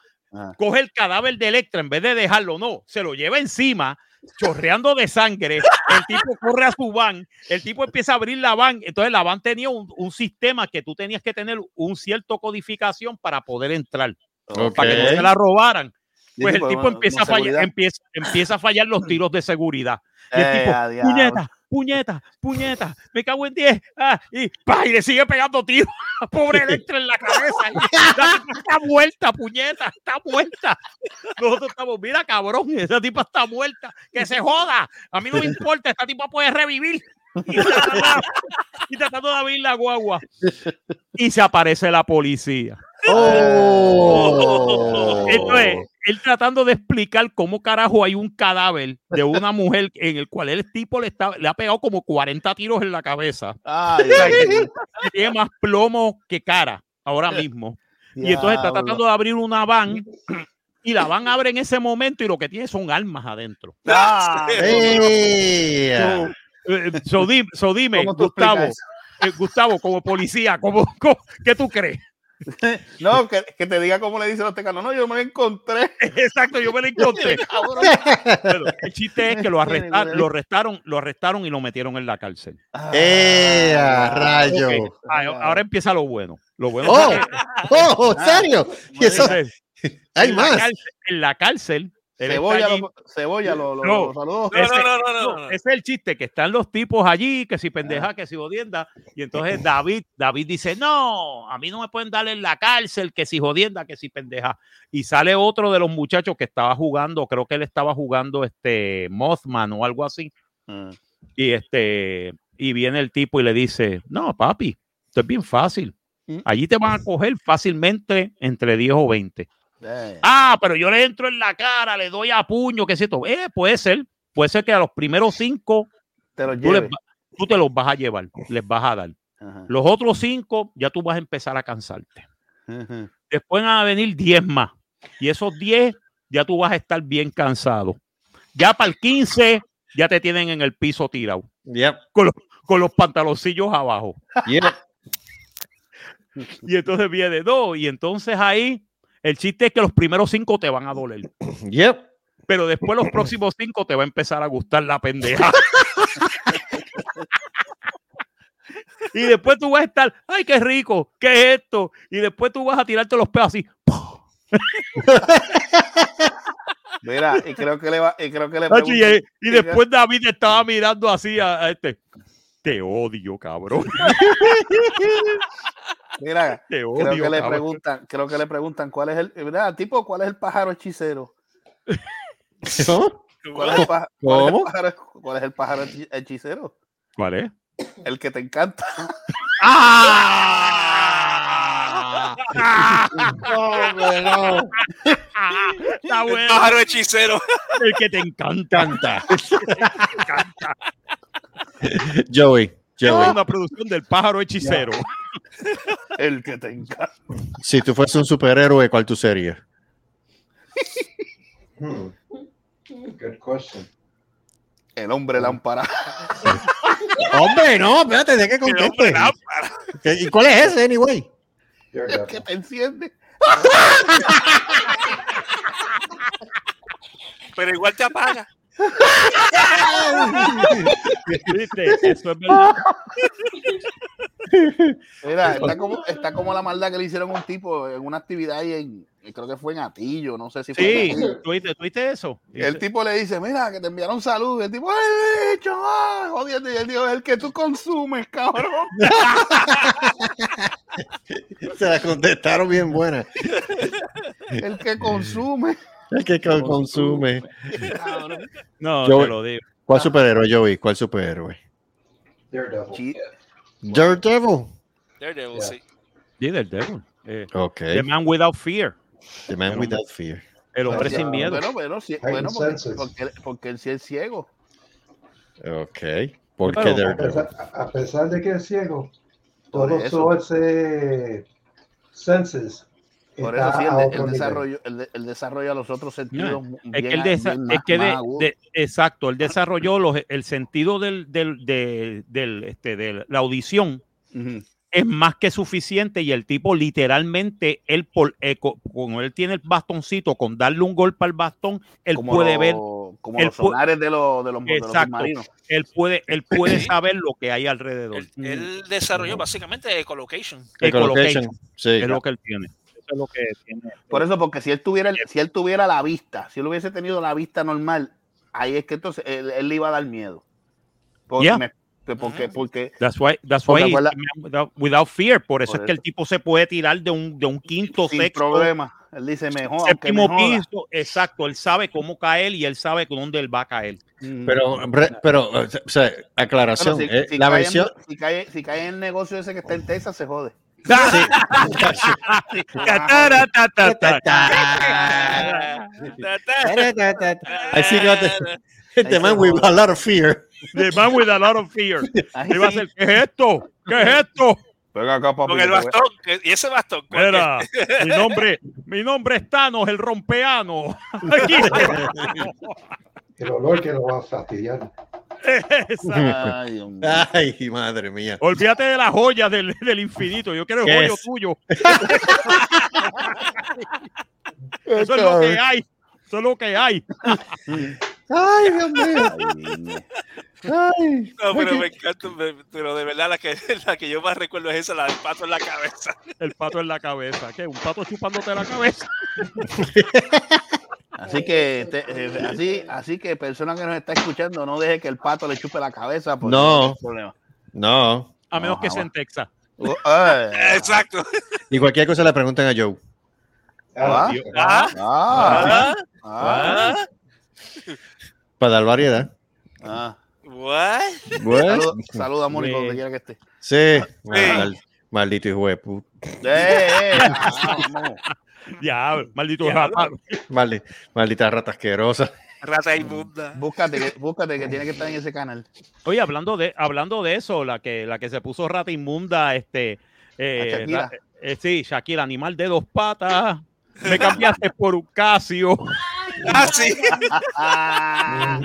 coge el cadáver de Electra, en vez de dejarlo, no, se lo lleva encima, chorreando de sangre. El tipo corre a su van, el tipo empieza a abrir la van. Entonces la van tenía un, un sistema que tú tenías que tener un cierto codificación para poder entrar, para que no se la robaran. Pues el tipo empieza a, fallar, empieza, empieza a fallar los tiros de seguridad. Y el Eh, tipo, a diablo. puñeta, puñeta, puñeta, me cago en 10. Ah, y, pa, y le sigue pegando tiros. Pobre Electra en la cabeza. La tipa está muerta, puñeta, está muerta. Nosotros estamos, mira, cabrón, esa tipa está muerta. Que se joda. A mí no me importa, esta tipa puede revivir. Y tratando- y tratando de abrir la guagua. Y se aparece la policía. Oh. Entonces, él tratando de explicar cómo carajo hay un cadáver de una mujer en el cual el tipo le, está, le ha pegado como 40 tiros en la cabeza. Ay, O sea, que tiene más plomo que cara ahora mismo. Y entonces está Diablo. tratando de abrir una van y la van abre en ese momento y lo que tiene son armas adentro. Eh, ¡Ea! So, eh, so dim- so dime, ¿Cómo tú Gustavo, explicas eh, Gustavo, como policía, ¿cómo, cómo- qué tú crees? No, que, que te diga cómo le dicen los tecanos. No, yo me la encontré. Exacto, yo me la encontré. Bueno, el chiste es que lo, arresta- lo arrestaron, lo arrestaron y lo metieron en la cárcel. ¡Eh, a rayo! Ah, Ok, ah, Ahora empieza lo bueno. Lo bueno ¡Oh! es que- ¡Oh! ¿Serio? ¿Y eso? Entonces, ¡Hay en la más! cárcel- en la cárcel. él Cebolla, está lo- cebolla, lo- lo- No, los saludos. ese- no, Ese es el chiste, que están los tipos allí, que si Ah. pendeja, que si jodienda. Y entonces David, David dice, no, a mí no me pueden dar en la cárcel, que si jodienda, que si pendeja. Y sale otro de los muchachos que estaba jugando, creo que él estaba jugando este Mothman o algo así. Y este, y viene el tipo y le dice, no, papi, esto es bien fácil. Mm. Allí te van a coger fácilmente entre 10 o 20. Eh. Ah, pero yo le entro en la cara, le doy a puño, qué sé esto. Eh, puede ser, puede ser que a los primeros cinco Te los tú, les lleve. va- tú te los vas a llevar, les vas a dar. Ajá. Los otros cinco ya tú vas a empezar a cansarte. Después van a venir 10 más. Y esos 10 ya tú vas a estar bien cansado. Ya para el 15 ya te tienen en el piso tirado. Con, los, con los pantaloncillos abajo. Y entonces viene dos. Y entonces ahí el chiste es que los primeros cinco te van a doler. Pero después los próximos cinco te va a empezar a gustar la pendeja. y después tú vas a estar, ay, qué rico, qué es esto. Y después tú vas a tirarte los peos así. Mira, y creo que le va, y creo que le Nacho, y, pregunté- y después David estaba mirando así a, a este. Te odio, cabrón. Mira, Te creo odio, que le cabrón. preguntan, creo que le preguntan cuál es el, mira, tipo, ¿cuál es el pájaro hechicero? ¿Cómo? ¿Cuál es el, paja- cuál es el ¿Cómo? pájaro, cuál es el pájaro hechi- hechicero? ¿Cuál es? El que te encanta. ¡Ah! hombre, no. Está El bueno. pájaro hechicero. El que te encanta. Joey, Joey, Es una producción del pájaro hechicero. El que te encanta. si tú fueras un superhéroe, ¿cuál tú serías? Mm, Good question. El hombre lámpara. Hombre, no, espérate, de que conteste. ¿Qué- ¿Y cuál es ese, anyway? El que te enciende. Pero igual te apaga. ¿Viste? Eso es verdad. Mira, está como, está como la maldad que le hicieron a un tipo en una actividad ahí en, creo que fue en Atillo, no sé si fue en Sí, Atillo. ¿tuviste, tuviste eso? El tipo le dice, mira, que te enviaron salud. Y el tipo, ¡ay, bicho! ¡Ay, jodiendo! Y él dijo, el que tú consumes, cabrón. Se la contestaron bien buena. El que consume. El que co- consume. Cabrón. No, Joey, te lo digo. ¿Cuál superhéroe, Joey? ¿Cuál superhéroe? Chi- Daredevil. Daredevil, sí. Sí, del devil. Eh, Ok. The Man Without Fear. The Man Without Fear. El hombre Ya, sin miedo. Bueno, bueno, sí, Hay bueno, porque, consensos. porque él- porque él sí es ciego. Ok. ¿Por qué Pero- A Daredevil? pesar, a pesar de que es ciego, Por todos eso. sus eh, senses. Por está eso sí, a el, de- otro el nivel. desarrollo, el, de- el desarrollo a los otros sentidos. No, bien- es que, él bien desa- más- es que de- más agudos. de- exacto, él desarrolló los- el sentido del, del- de- del, este, de la audición Ujú. es más que suficiente y el tipo literalmente, él por, eh, co- como él tiene el bastoncito, con darle un golpe al bastón, él Como puede lo- ver como Él los pu- sonares de los, de los, de los Exacto. submarinos. Él puede, él puede saber lo que hay alrededor. Él desarrolló básicamente echolocation. Echolocation. Sí. Es lo que él tiene. Eso es lo que tiene. Por eso, porque si él tuviera, el- si él tuviera la vista, si él hubiese tenido la vista normal, ahí es que entonces él, él le iba a dar miedo. Porque, Yeah. me- Ah. porque, porque That's why, that's Porque why he- acuerda- without, without fear. Por eso Por es que el eso. tipo se puede tirar de un, de un quinto, sin sexto, problema, él dice mejor. aunque me séptimo joda. piso. Exacto. Él sabe cómo caer y él sabe dónde él va a caer. Pero, re- pero, o sea, aclaración, Bueno, eh, la cae en- versión, Mm. si, cae, si cae en el negocio ese que está en Texas, se jode. Ah, Catara, ta, ta, ta, ta. I see got the, the man with a lot of fear. The man with a lot of fear. Él va a hacer, ¿qué es esto? ¿Qué es esto? Venga acá, papi. Con el bastón. que- Y ese bastón. ¿cuál Mira, es? mi nombre, mi nombre es Thanos, el rompeano. Aquí. El olor que lo va a fastidiar. Exacto. Ay, Dios mío. Ah. Ay, madre mía. Olvídate de las joyas del, del infinito. Yo quiero el ¿Qué joyo es? tuyo. Eso es lo que hay. Eso es lo que hay. Ay, Dios mío. Ay. No, pero me encanta, me- pero de verdad la que, la que yo más recuerdo es esa, la del pato en la cabeza. El pato en la cabeza. ¿Qué? Un pato chupándote la cabeza. Así que, te- eh, así, así que persona que nos está escuchando, no deje que el pato le chupe la cabeza. porque No. hay problema. No. A menos que Ajá. sea en Texas. Uh, ay. Exacto. Y cualquier cosa le preguntan a Joe. Ah, Dios. Ah, ah, ah, ah, ah, Para dar variedad. ah. what? Bueno. Saluda, saluda a Mónico donde quiera que esté. Sí. Ah, Mal- maldito hijo de puta. Eh, eh, ah, vamos. Ya, maldito Diablo. rata. Maldi- maldita rata asquerosa. Rata inmunda. Búscate, que- búscate que tiene que estar en ese canal. Oye, hablando de, hablando de eso, la que, la que se puso rata inmunda, este. eh, A Shakira. ra- eh, sí, Shakira, animal de dos patas. Me cambiaste por un Casio. Ah, sí. Ah,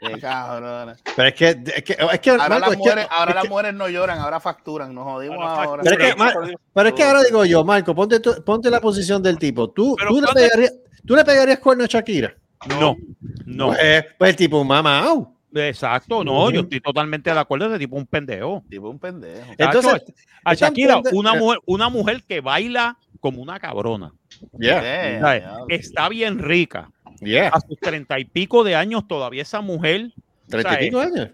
qué cabrona. Pero es que, es que, es que, Ahora Marco, las es que- mujeres, ahora es las que- mujeres no lloran, ahora facturan, nos jodimos Ahora ahora. Este Pero es que, Mar- pero es que ahora digo yo, Marco, ponte, tu- ponte la posición del tipo. ¿Tú, Pero tú, le, ponte- pegarías, ¿tú le pegarías cuerno a Shakira? No, no. Pues, pues el tipo, mamá, au. Exacto, no, yo estoy totalmente de acuerdo. Ese tipo es un pendejo. Tipo un pendejo. Entonces, Entonces, a están Shakira, pende- una eh. mujer, una mujer que baila como una cabrona. Yeah, Eh, ¿sabes? diablo. Está bien rica. yeah. A sus treinta y pico de años, todavía esa mujer, Treinta y pico años.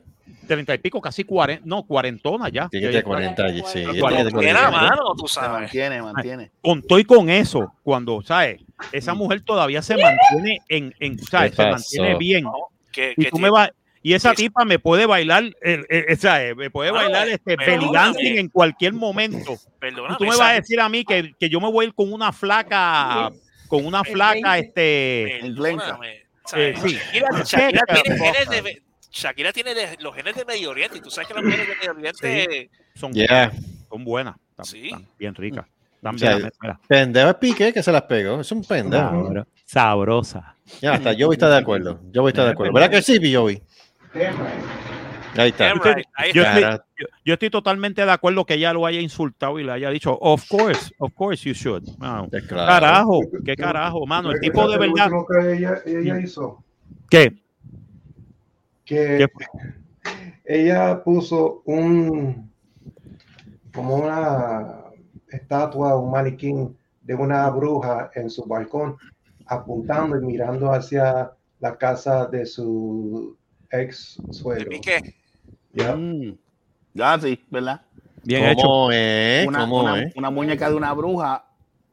treinta y pico, casi cuarenta, no, cuarentona ya. Tiene que Ya- tener cuarenta años, sí. Cuarenta. tiene que tener Era 40 años. mano, tú Se sabes. mantiene, mantiene. Conto y con eso, cuando, ¿sabes? Esa mujer todavía se mantiene en, en ¿sabes? ¿Qué Se pasó? mantiene bien. Que, Y que tú tiene- me vas- y esa que- tipa me puede bailar, eh, eh, eh, ¿sabes? Me puede Ah, bailar este perdóname. belly dancing en cualquier momento. Perdóname, Y tú me vas esa- a decir a mí que, que yo me voy a ir con una flaca, con una flaca, este. perdóname. O sea, Eh, sí. Eh, Shakira, Shakira Checa, tiene genes boca. de, Shakira tiene de- los genes de Medio Oriente y tú sabes que las mujeres de Medio Oriente Son, Yeah. son buenas, están, Sí. están bien ricas. Están O sea, bien, mira. Pendejo es pique que se las pegó. Es un pendejo. Sabro- Sabrosa. Ya, hasta Joey está de acuerdo. Joey está de acuerdo. ¿Verdad que sí, Joey? Ahí está. Damn right, ahí Yo está. estoy, Cara. yo- yo estoy totalmente de acuerdo que ella lo haya insultado y le haya dicho, of course, of course you should. Wow. Claro. Carajo, qué carajo, mano. El tipo de verdad. Lo que ella, ella Mm. hizo, ¿Qué? que ¿Qué? ella puso un como una estatua, un maniquín de una bruja en su balcón, apuntando y mirando hacia la casa de su ex de suegro. Piqué. Ya. Mm. Ya sí, ¿verdad? Bien hecho. ¿Cómo es? Una, Eh, ¿Cómo una- es? una muñeca de una bruja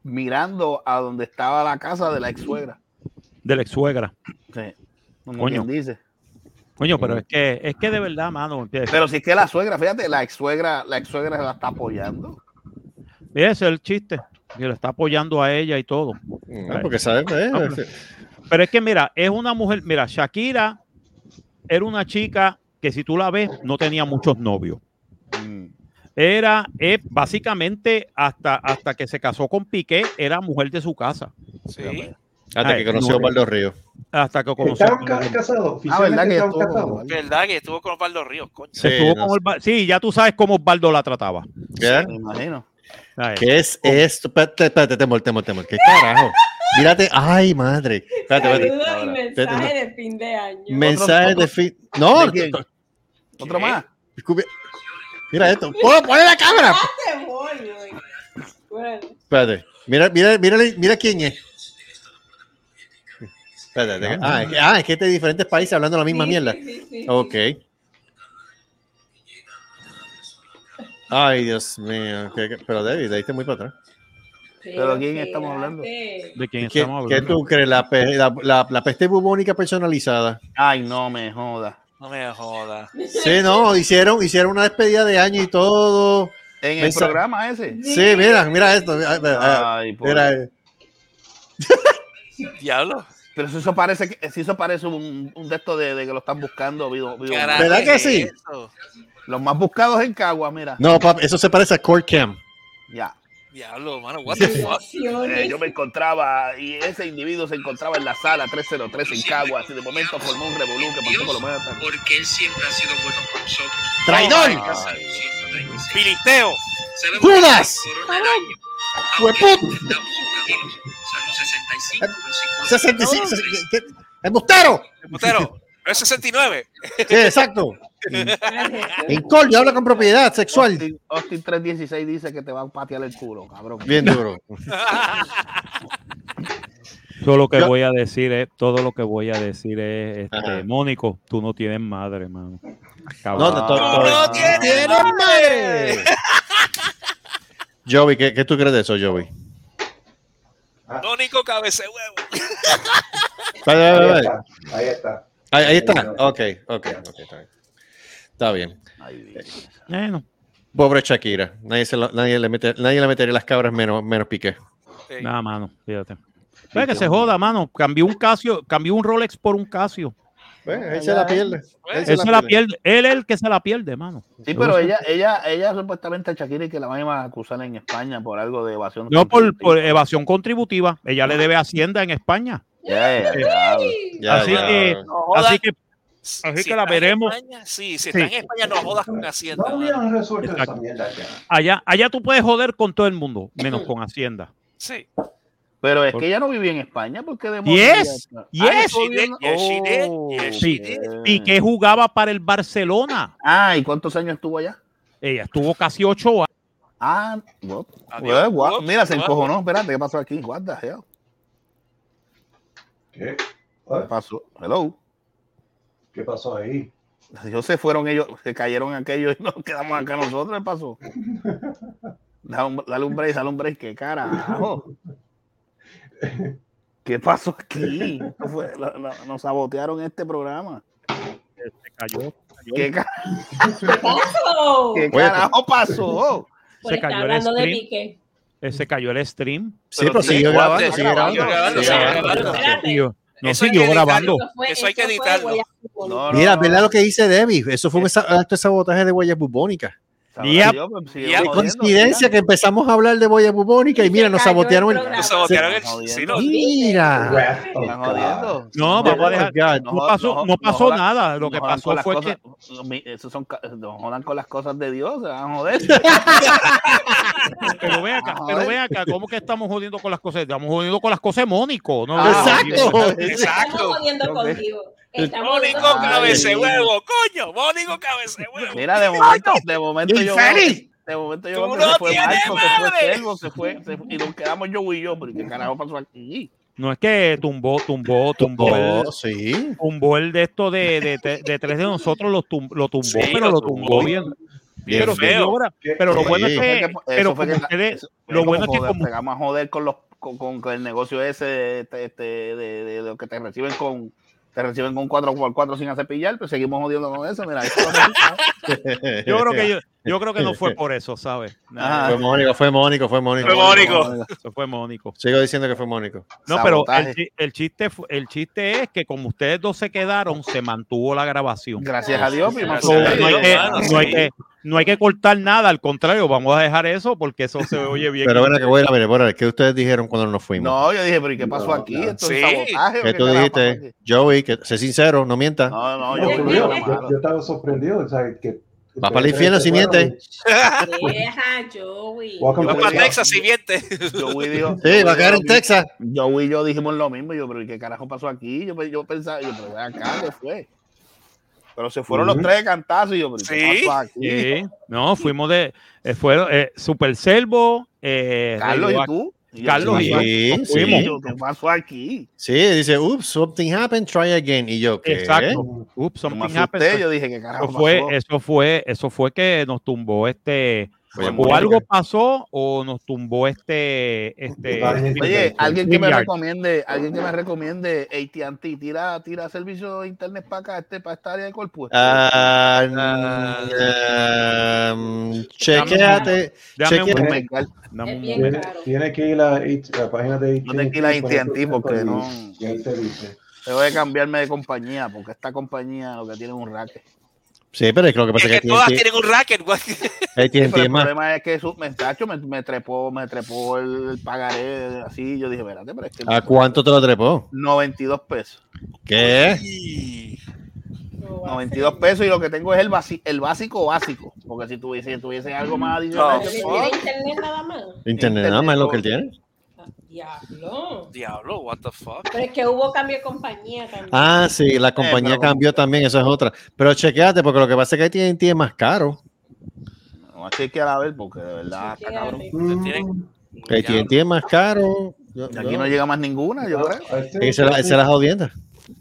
mirando a donde estaba la casa de la ex suegra. De la ex suegra. Sí. Como Coño. quien dice. Coño, pero es que, es que de verdad, mano. que- Pero si es que la suegra, fíjate, la ex suegra, la ex suegra la está apoyando. Ese es el chiste. Que le está apoyando a ella y todo. Ah, porque sabes, eh, Ah, pero- Pero es que, mira, es una mujer. Mira, Shakira era una chica que si tú la ves, no tenía muchos novios. Mm. Era, es básicamente, hasta, hasta que se casó con Piqué, era mujer de su casa. Sí. hasta que Ay, conoció a no, Osvaldo Ríos. Hasta que conoció. Estaban ca- casados, Ah, ¿verdad oficialmente que estaban estuvo con casados. Osvaldo? Verdad que estuvo con Osvaldo Ríos, coño. Sí, Estuvo no con Osva- sí, ya tú sabes cómo Osvaldo la trataba. ¿Ya? Me imagino. ¿sabes? ¿Qué es esto? Espérate, espérate, temor, temor, temor. ¿Qué carajo? Mírate, ay madre. Espérate, espérate. Saludos y Ahora, mensajes espérate, espérate. de fin de año. Mensaje de fin. No, ¿De quién? to- Otro más. Disculpe. Mira esto. ¡Oh, pone la cámara! Ya te voy, oye. Bueno, Espérate. Mira, mira, mira, mira quién es. Espérate, deja- ah, es que- ah, es que es de diferentes países hablando la misma Sí, mierda. sí, sí, sí. Ok. Ay, Dios mío. que- que- Pero David, de ahí está muy para atrás. ¿Pero de quién estamos hablando? ¿De quién ¿Qué, estamos qué hablando? tú crees? La, pe- la- la- la peste bubónica personalizada. Ay, no me joda. No me joda. Sí, no, hicieron, hicieron una despedida de año y todo. En el Mensa- programa ese. Sí, mira, mira esto. mira, mira, Ay, pobre. mira, Diablo. Pero si eso parece, que- si eso parece un, un de estos de, de que lo están buscando, vivo- vivo. Carajo, ¿Verdad que es sí? eso? Los más buscados en Cagua, mira. No, papi, eso se parece a Court Cam. Ya. Diablo, mano, what the fuck? Eh, yo me encontraba, y ese individuo se encontraba en la sala 303 en Caguas, y de momento formó un revolú que por poco lo matan. Porque él siempre ha sido bueno con nosotros. Ah. ¡Traidor! Filisteo. ¡Judas! Estamos en camino. Salmo 65, versículo 65. ¿qué? ¡Embustero! Botero, no es 69. Sí, exacto. Incordio, habla con propiedad sexual. Austin, Austin 316 dice que te van a patear el culo, cabrón. Bien duro. Todo lo que Yo- voy a decir es, todo lo que voy a decir es, este, Ajá. Mónico, tú no tienes madre, mano. No, no, to- to- ¡No tiene madre! Joey, ¿qué, qué tú crees de eso, Joey? Mónico cabece huevo. Vale, vale, Ahí vale. está, ahí está. Ahí, ahí está. Ok, ok, ok, está bien. Está bien. Bueno, Pobre Shakira. Nadie, se lo- nadie, le, mete, nadie le metería las cabras menos, menos piqué. nada, mano, fíjate. Ve que se joda, mano. Cambió un Casio, cambió un Rolex por un Casio. Pues, ahí se la pierde. Ahí Él se la pierde. Él es el que se la pierde, mano. Sí, pero ella, ella, ella supuestamente Shakira y que la van a acusar en España por algo de evasión. No por, por eh, evasión contributiva. Ella le debe a Hacienda en España. Ya, ya, Ya, así, ya. que, No jodas. así que, así Si que está la en veremos. España, sí, si está en Sí. España, no jodas con Hacienda. No mano. hubieran resuelto esa Exacto. mierda ya. Allá, allá tú puedes joder con todo el mundo, menos con Hacienda. Sí. Pero es que ella no vivía en España porque de Yes, Ah, yes, estuvo she did, viviendo- Oh, yes, she did, yes, she ok. did. Piqué jugaba para el Barcelona. Ah, ¿y cuántos años estuvo allá? Ella estuvo casi ocho años. Ah, what? Adiós. Well, what? Ups, mira, se what? encojonó. Espérate, ¿qué pasó aquí? What the hell? ¿Qué? ¿Qué pasó? Hello. ¿Qué pasó ahí? Dios, se fueron ellos, se cayeron aquellos y nos quedamos acá nosotros. ¿Qué pasó? Dale un, dale un break, dale un break. ¿Qué carajo? ¿Qué pasó aquí? Esto fue- la- la- nos sabotearon este programa. Se cayó, ¿Qué, ca- Oh, ¡Paso! qué Oye, carajo pasó? Por se estar cayó el hablando de stream. pique. eh, Se cayó el stream. Sí, pero sí, siguió guate, grabando, siguió grabando, grabando. grabando, siguió sí, grabando. grabando. Espérate. Siguió- No Eso hay siguió que grabando. editarlo. fue- Eso hay que fue editarlo. huella No, no, Mira, no, ¿verdad no. lo que dice Debbie? Eso fue un sa- acto de sabotaje de huellas bubónicas. Sabrá Yep. Dios, pues, siguió Yep. jodiendo, Coincidencia mira. que empezamos a hablar de huellas bubónicas y Se mira, nos cayó el sabotearon el. programa. Nos sabotearon el- Jodiendo. sí, no, Mira. Wrath of Están God. jodiendo. No, vamos a dejar. God. No pasó, no pasó jodan- nada. Lo no que jodan pasó con las fue cosas- que. no, mi- esos son, ca- no jodan con las cosas de Dios, se van a joder. Pero ven acá, Ajá, pero ¿eh? ven acá, ¿cómo que estamos jodiendo con las cosas? Estamos jodiendo con las cosas de Mónico. ¿no? Ah, Exacto. Estamos Exacto. jodiendo Ok. contigo. Estamos Mónico jodiendo contigo. cabece huevo, coño. Mónico cabece huevo. Mira, de momento, de momento yo veo- ¡Infeliz! De momento yo ¡Tú veo que no se fue tienes Marco, se fue madre! Selvo, se fue, se fue- y nos quedamos yo y yo, pero ¿qué carajo pasó aquí? No es que tumbó, tumbó, tumbó el, Oh, sí. tumbó el de esto de, de, de- de tres de nosotros, lo, tum- lo tumbó, Sí, pero lo lo tumbó. tumbó bien. Bien pero feo. siguió ahora. Pero lo Sí. bueno es Fue que- que. eso Pero fue como que- ustedes- eso- lo como bueno es que joder, como pegamos a joder con los con, con- con el negocio ese este, este, de, de, de lo que te reciben con te reciben con 4x4 sin hacer pillar, pues seguimos jodiendo con eso, mira, eso es lo que- Yo creo que yo, yo creo que no fue por eso, ¿sabes? Nah, Fue Mónico, fue Mónico, fue Mónico. Fue Mónico. Eso fue Mónico. Sigo diciendo que fue Mónico. No, pero Sabotaje. el, chi- el chiste, fu- el chiste es que como ustedes dos se quedaron, se mantuvo la grabación. Gracias a Dios, mi Gracias So, a no, hay Dios, que, mano, no hay sí. que- no hay que cortar nada, al contrario, vamos a dejar eso porque eso se oye bien. Pero bueno, que voy a ver, voy a ver, ¿qué ustedes dijeron cuando nos fuimos? No, yo dije, pero ¿y qué pasó No, aquí? no. ¿Esto es Sí. sabotaje? o ¿Qué tú carajo dijiste, Joey? Que, sé sincero, no mientas. pasó aquí? No, no, No, yo pero fui yo, malo. yo- yo estaba sorprendido, o sea, que este Va para el infierno si miente. Deja, Joey. Va para Texas, si miente. Joey dijo, Sí, va a quedar en Texas. Joey y yo dijimos lo mismo. Yo, pero ¿qué carajo pasó aquí? Yo, pues, yo pensaba, yo, pero ven acá, ¿qué fue? Pero se fueron Ujú. los tres de cantazo. Y yo, pero ¿qué Sí. pasó aquí? Sí, Eh, no, fuimos de. eh, fueron eh, Super Servo. eh, Carlos Radio y tú. Y yo, Carlos y yo. Sí, Nos sí. fuimos. yo, ¿Qué pasó aquí? Sí, dice, oops, something happened, try again. Y yo, ¿qué? Exacto. Oops, Yo something me happened. pues. asusté. Yo dije, ¿qué carajo Eso pasó? fue, eso fue, eso fue que nos tumbó este. Oye, o Mónica. algo pasó o nos tumbó este, este. Oye, alguien que me StreamYard. recomiende, alguien que me recomiende AT&T, tira, tira servicio de internet para acá, este, para esta área de corpus. Ah, mm, um, chequeate. Dame un chequeate- momento. Dame un Tiene, tiene que ir a la, it- la página de AT&T. Yo tengo que ir a AT&T porque y- no- y ahí te dice. Debo de cambiarme de compañía, porque esta compañía lo que tiene es un racket. Sí, pero es que lo que pasa Es es que que todas AT&T tienen un racket. güey. AT&T Pero es el más. problema es que su mensaje me, me trepó, me trepó el pagaré, así, yo dije, espérate, pero es que ¿A cuánto te lo trepó? 92 pesos. ¿Qué? 92 pesos y lo que tengo es el, basi- el básico básico, porque si tuviese, tuviese algo más adicional, No. yo- ¿Tiene internet nada más? Internet nada más es lo que él tiene. Diablo. Diablo, what the fuck. Pero es que hubo cambio de compañía también. Ah, sí, la compañía cambió también, eso es otra. Pero chequeate, porque lo que pasa es que AT&T es más caro. No, así que a ver, porque de verdad está cabrón. Mm, AT&T es más caro. Yo- Y aquí yo- no llega más ninguna, Ah, yo creo. Esa es la- esa es la jodienda. este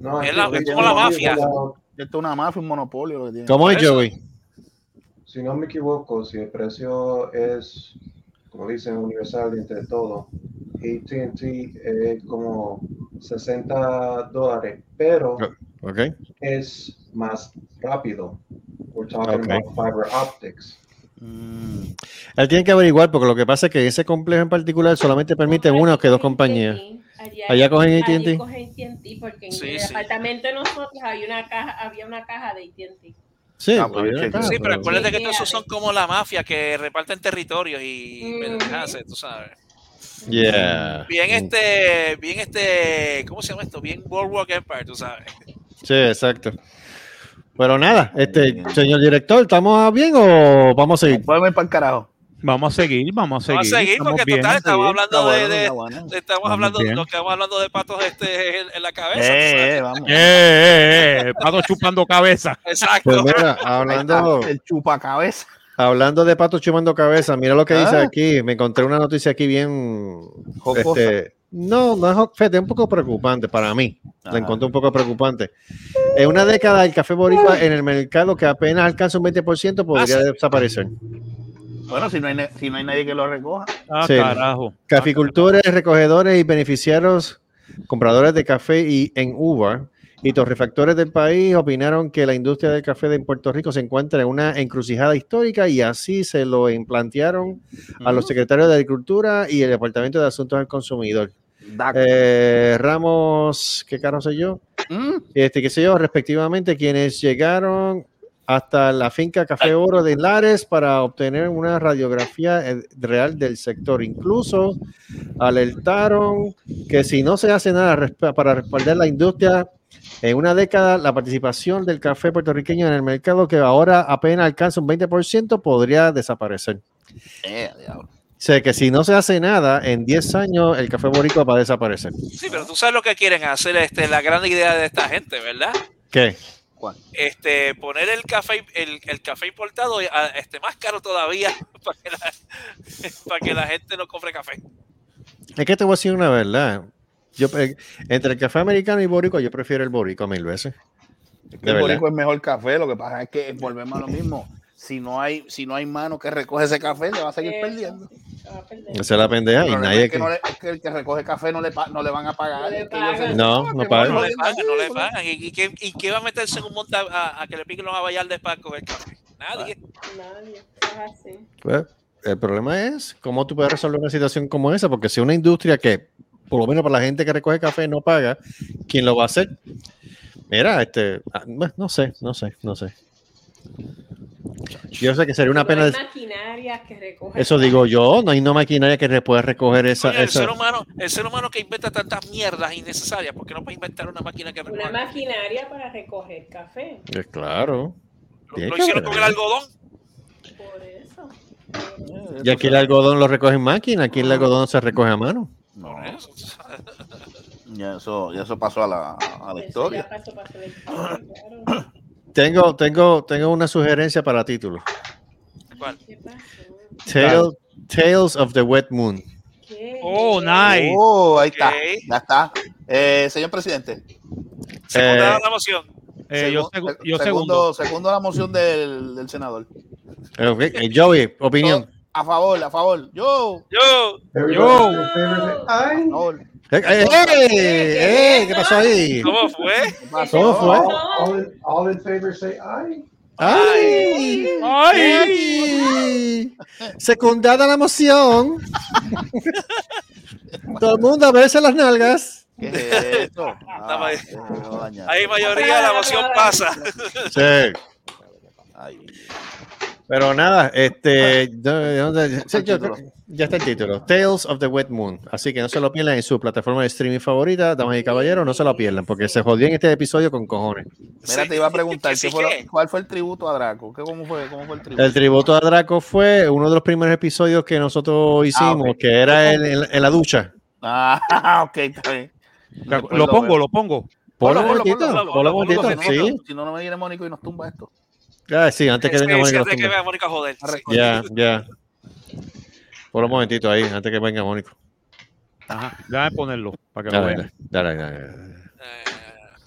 No, este Es la- aquí- es como la mafia. Esto es una mafia, un monopolio lo que tiene. ¿Cómo es, Eso. Joey? Si no me equivoco, si el precio es, como dicen, universal entre todos, AT&T es como 60 dólares, pero Ok. es más rápido. We're Ok. talking about fiber optics. Mm. Él tiene que averiguar, porque lo que pasa es que ese complejo en particular solamente permite una o que dos compañías. Allá, Allá cogen allí AT&T. cogen AT&T, porque en Sí, el sí. apartamento de nosotros había una caja, había una caja de AT&T. Sí, Ah, pues, pero- chequea. Sí, pero pero- acuérdate que todos esos son como la mafia que reparten territorios y hace, tú sabes. Yeah. Mm. Bien este, bien este, ¿cómo se llama esto? Bien Boardwalk Empire, tú sabes. Sí, exacto. Pero nada, este Mm. señor director, ¿estamos bien o vamos a seguir? Podemos ir para el carajo. Vamos a seguir, vamos a seguir. Vamos a seguir estamos porque bien. total estamos hablando Está de, bueno, de- está bueno. de- estamos hablando bien. nos quedamos hablando de patos este en, en la cabeza. tú sabes. Eh, eh, vamos. Eh, eh, eh, el pato chupando cabeza. Pues Exacto. mira, Ahí hablando, está, El chupacabeza. hablando de pato chumando cabeza, mira lo que dice Ah. aquí. Me encontré una noticia aquí bien. Jocosa. este, no, no es jo- fíjate, es un poco preocupante para mí. La Ajá. encontré un poco preocupante. En una década, el café boricua en el mercado que apenas alcanza un 20% podría Ah, sí. desaparecer. Bueno, si no, hay, ne- si no hay nadie que lo recoja. Ah, Sí. carajo. Caficultores, recogedores y beneficiarios, compradores de café y en uva y torrefactores del país opinaron que la industria del café de Puerto Rico se encuentra en una encrucijada histórica y así se lo plantearon a los secretarios de Agricultura y el Departamento de Asuntos del Consumidor. Daco. Eh, Ramos, ¿qué caro soy yo? Mm, Este, qué sé yo, respectivamente, quienes llegaron hasta la finca Café Oro de Lares para obtener una radiografía eh, real del sector. Incluso alertaron que si no se hace nada resp- para respaldar la industria, en una década la participación del café puertorriqueño en el mercado, que ahora apenas alcanza un 20%, podría desaparecer. eh, diablo. O sea, que si no se hace nada, en 10 años el café boricua va a desaparecer. Mm. Sí, pero tú sabes lo que quieren hacer, este, la gran idea de esta gente, ¿verdad? ¿Qué? ¿Cuál? Este, poner el café, el, el café importado a- este, más caro todavía para que, la, para que la gente no compre café. Es que te voy a decir una verdad. Yo, eh, entre el café americano y boricua, yo prefiero el boricua mil veces. Es que De el verdad. boricua es mejor café, lo que pasa es que volvemos a lo mismo. Si no hay, si no hay mano que recoge ese café, le va a seguir Eh, Eso, perdiendo. sí, se va a perder. Esa es la El pendeja. Y problema nadie es que, no le- es que el que recoge café no le, pa- no le van a pagar. No le Es que ellos se- pagan. No, no que pagan. No vamos a le joder pagan, no le nadie, pagan. Ah, ¿Y, y qué, y qué va a meterse en un monte a, a- a que le piquen los abayardes para coger café? Eh. Nadie. Nadie, es así. Pues, el problema es cómo tú puedes resolver una situación como esa, porque si una industria que, por lo menos para la gente que recoge café, no paga, ¿quién lo va a hacer? Mira, este, ah, bueno, no sé, no sé, no sé. Yo sé que sería una No pena. hay maquinarias que recogen. Eso digo yo, no hay no maquinaria que re- pueda recoger esa. Oye, el, esa- ser humano, el ser humano que inventa tantas mierdas innecesarias, ¿por qué no puede inventar una máquina que Una recoja? maquinaria para recoger café. Eh, Claro. Tiene ¿Lo que hicieron ver. con el algodón? Y aquí el algodón lo recoge en máquina, aquí el algodón se recoge a mano. No. Ya eso, ya eso pasó a la, a la historia. Tengo, tengo, tengo una sugerencia para título. Tale- Tales of the Wet Moon. Oh, nice. Oh, ahí está. Ya está. Eh, señor presidente. Eh, la moción. Eh, yo segu- yo segundo. Segundo la moción del, del senador. ok, eh, Joey, opinión. A favor, a favor. Yo. Yo. Yo. Ay. A favor. Eh, eh, eh, eh, ¿Qué pasó ahí? ¿Cómo fue? ¿Cómo fue? All, all- all in favor say aye. ¡Ay! Ay. ¡Ay! Secundada la moción. Todo el mundo a verse las nalgas. ¿Qué es Ah, esto? La may- Hay mayoría, la moción pasa. Sí. Pero nada, este. no- no- sí, yo- ya está el título: Tales of the Wet Moon. Así que no se lo pierdan en su plataforma de streaming favorita, damas y caballeros. No se lo pierdan porque se jodió en este episodio con cojones. Mira, te iba a preguntar ¿qué fue lo- cuál fue el tributo a Draco. ¿Qué, cómo, fue, ¿Cómo fue el tributo? El tributo a Draco fue uno de los primeros episodios que nosotros hicimos, que era en, en- en la ducha. Ah, ok, está bien. Lo pongo, lo pongo. Ponlo, Ponlo, ponlo, Tito, ponlo, ponlo, ponlo, ponlo, Tito, porque si no- sí. Si no, no me viene Mónico y nos tumba esto. Ah, sí, antes que Sí, venga sí, Mónica. antes nos que tumba. vea Mónica joder. Ya, ya. Por un momentito ahí, antes que venga Mónico. Ajá, déjame ponerlo para Ah, que lo Dale, vean. dale, dale, dale, dale. eh,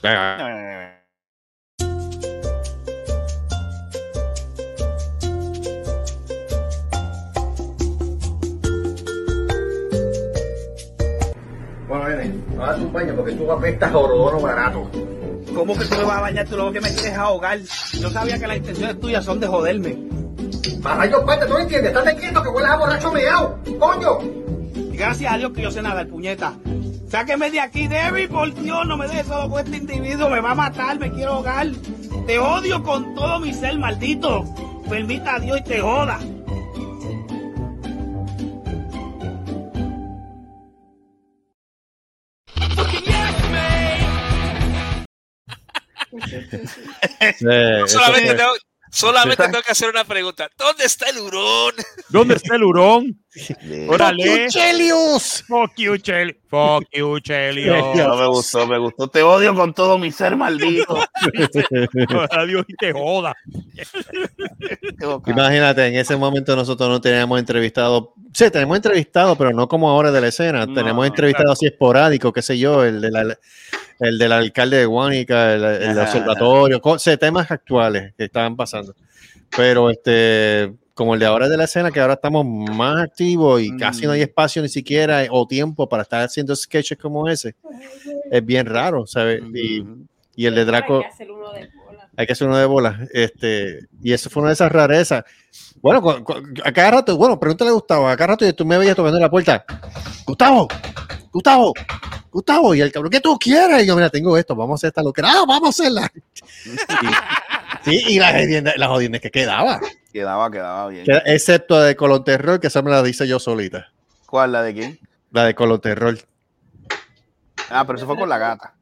Venga. Bueno, nene, no vas un baño porque tú apestas a orodono barato. ¿Cómo que tú me vas a bañar? Tú lo que me quieres es ahogar. Yo sabía que las intenciones tuyas son de joderme. Para yo parte, tú no entiendes, estate quieto que hueles a borracho meao, coño. Gracias a Dios que yo sé nada, puñeta. Sáqueme de aquí, Debbie, por Dios, no me dejes solo con este individuo, me va a matar, me quiero ahogar. Te odio con todo mi ser, maldito. Permita a Dios y te joda. Sí, eh, eso Solamente, fue. tengo, solamente Está- tengo que hacer una pregunta. ¿Dónde está el hurón? ¿Dónde está el hurón? Fuck Órale. you, Chelios. Fuck you, Chelios. Fuck you, Chelios. No me gustó, me gustó. Te odio con todo mi ser maldito. Adiós y te joda. Imagínate, en ese momento nosotros no teníamos entrevistado. Sí, tenemos entrevistado, pero no como ahora de la escena. tenemos entrevistado así esporádico, qué sé yo, el, de la- el del alcalde de Guánica, el, el Ajá. observatorio, co- sé, temas actuales que estaban pasando. Pero este, como el de ahora de la escena, que ahora estamos más activos y casi no hay espacio ni siquiera eh, o tiempo para estar haciendo sketches como ese, es bien raro, ¿sabes? Y, y el de Draco. Hay que hacer uno de bola. Este, y eso fue una de esas rarezas. Bueno, cu- cu- a cada rato, bueno, pregúntale a Gustavo, a cada rato y tú me veías tocando la puerta. Gustavo, Gustavo, Gustavo, y el cabrón, ¿qué tú quieres? Y yo, mira, tengo esto, vamos a hacer esta locura, "Ah, vamos a hacerla. Y, sí, y las jodiendas las jodiendas que quedaba, Quedaba, quedaba bien. Que- excepto la de Colón Terror, que esa me la dice yo solita, ¿Cuál, la de quién? la de Colón Terror. Ah, pero eso fue con la gata.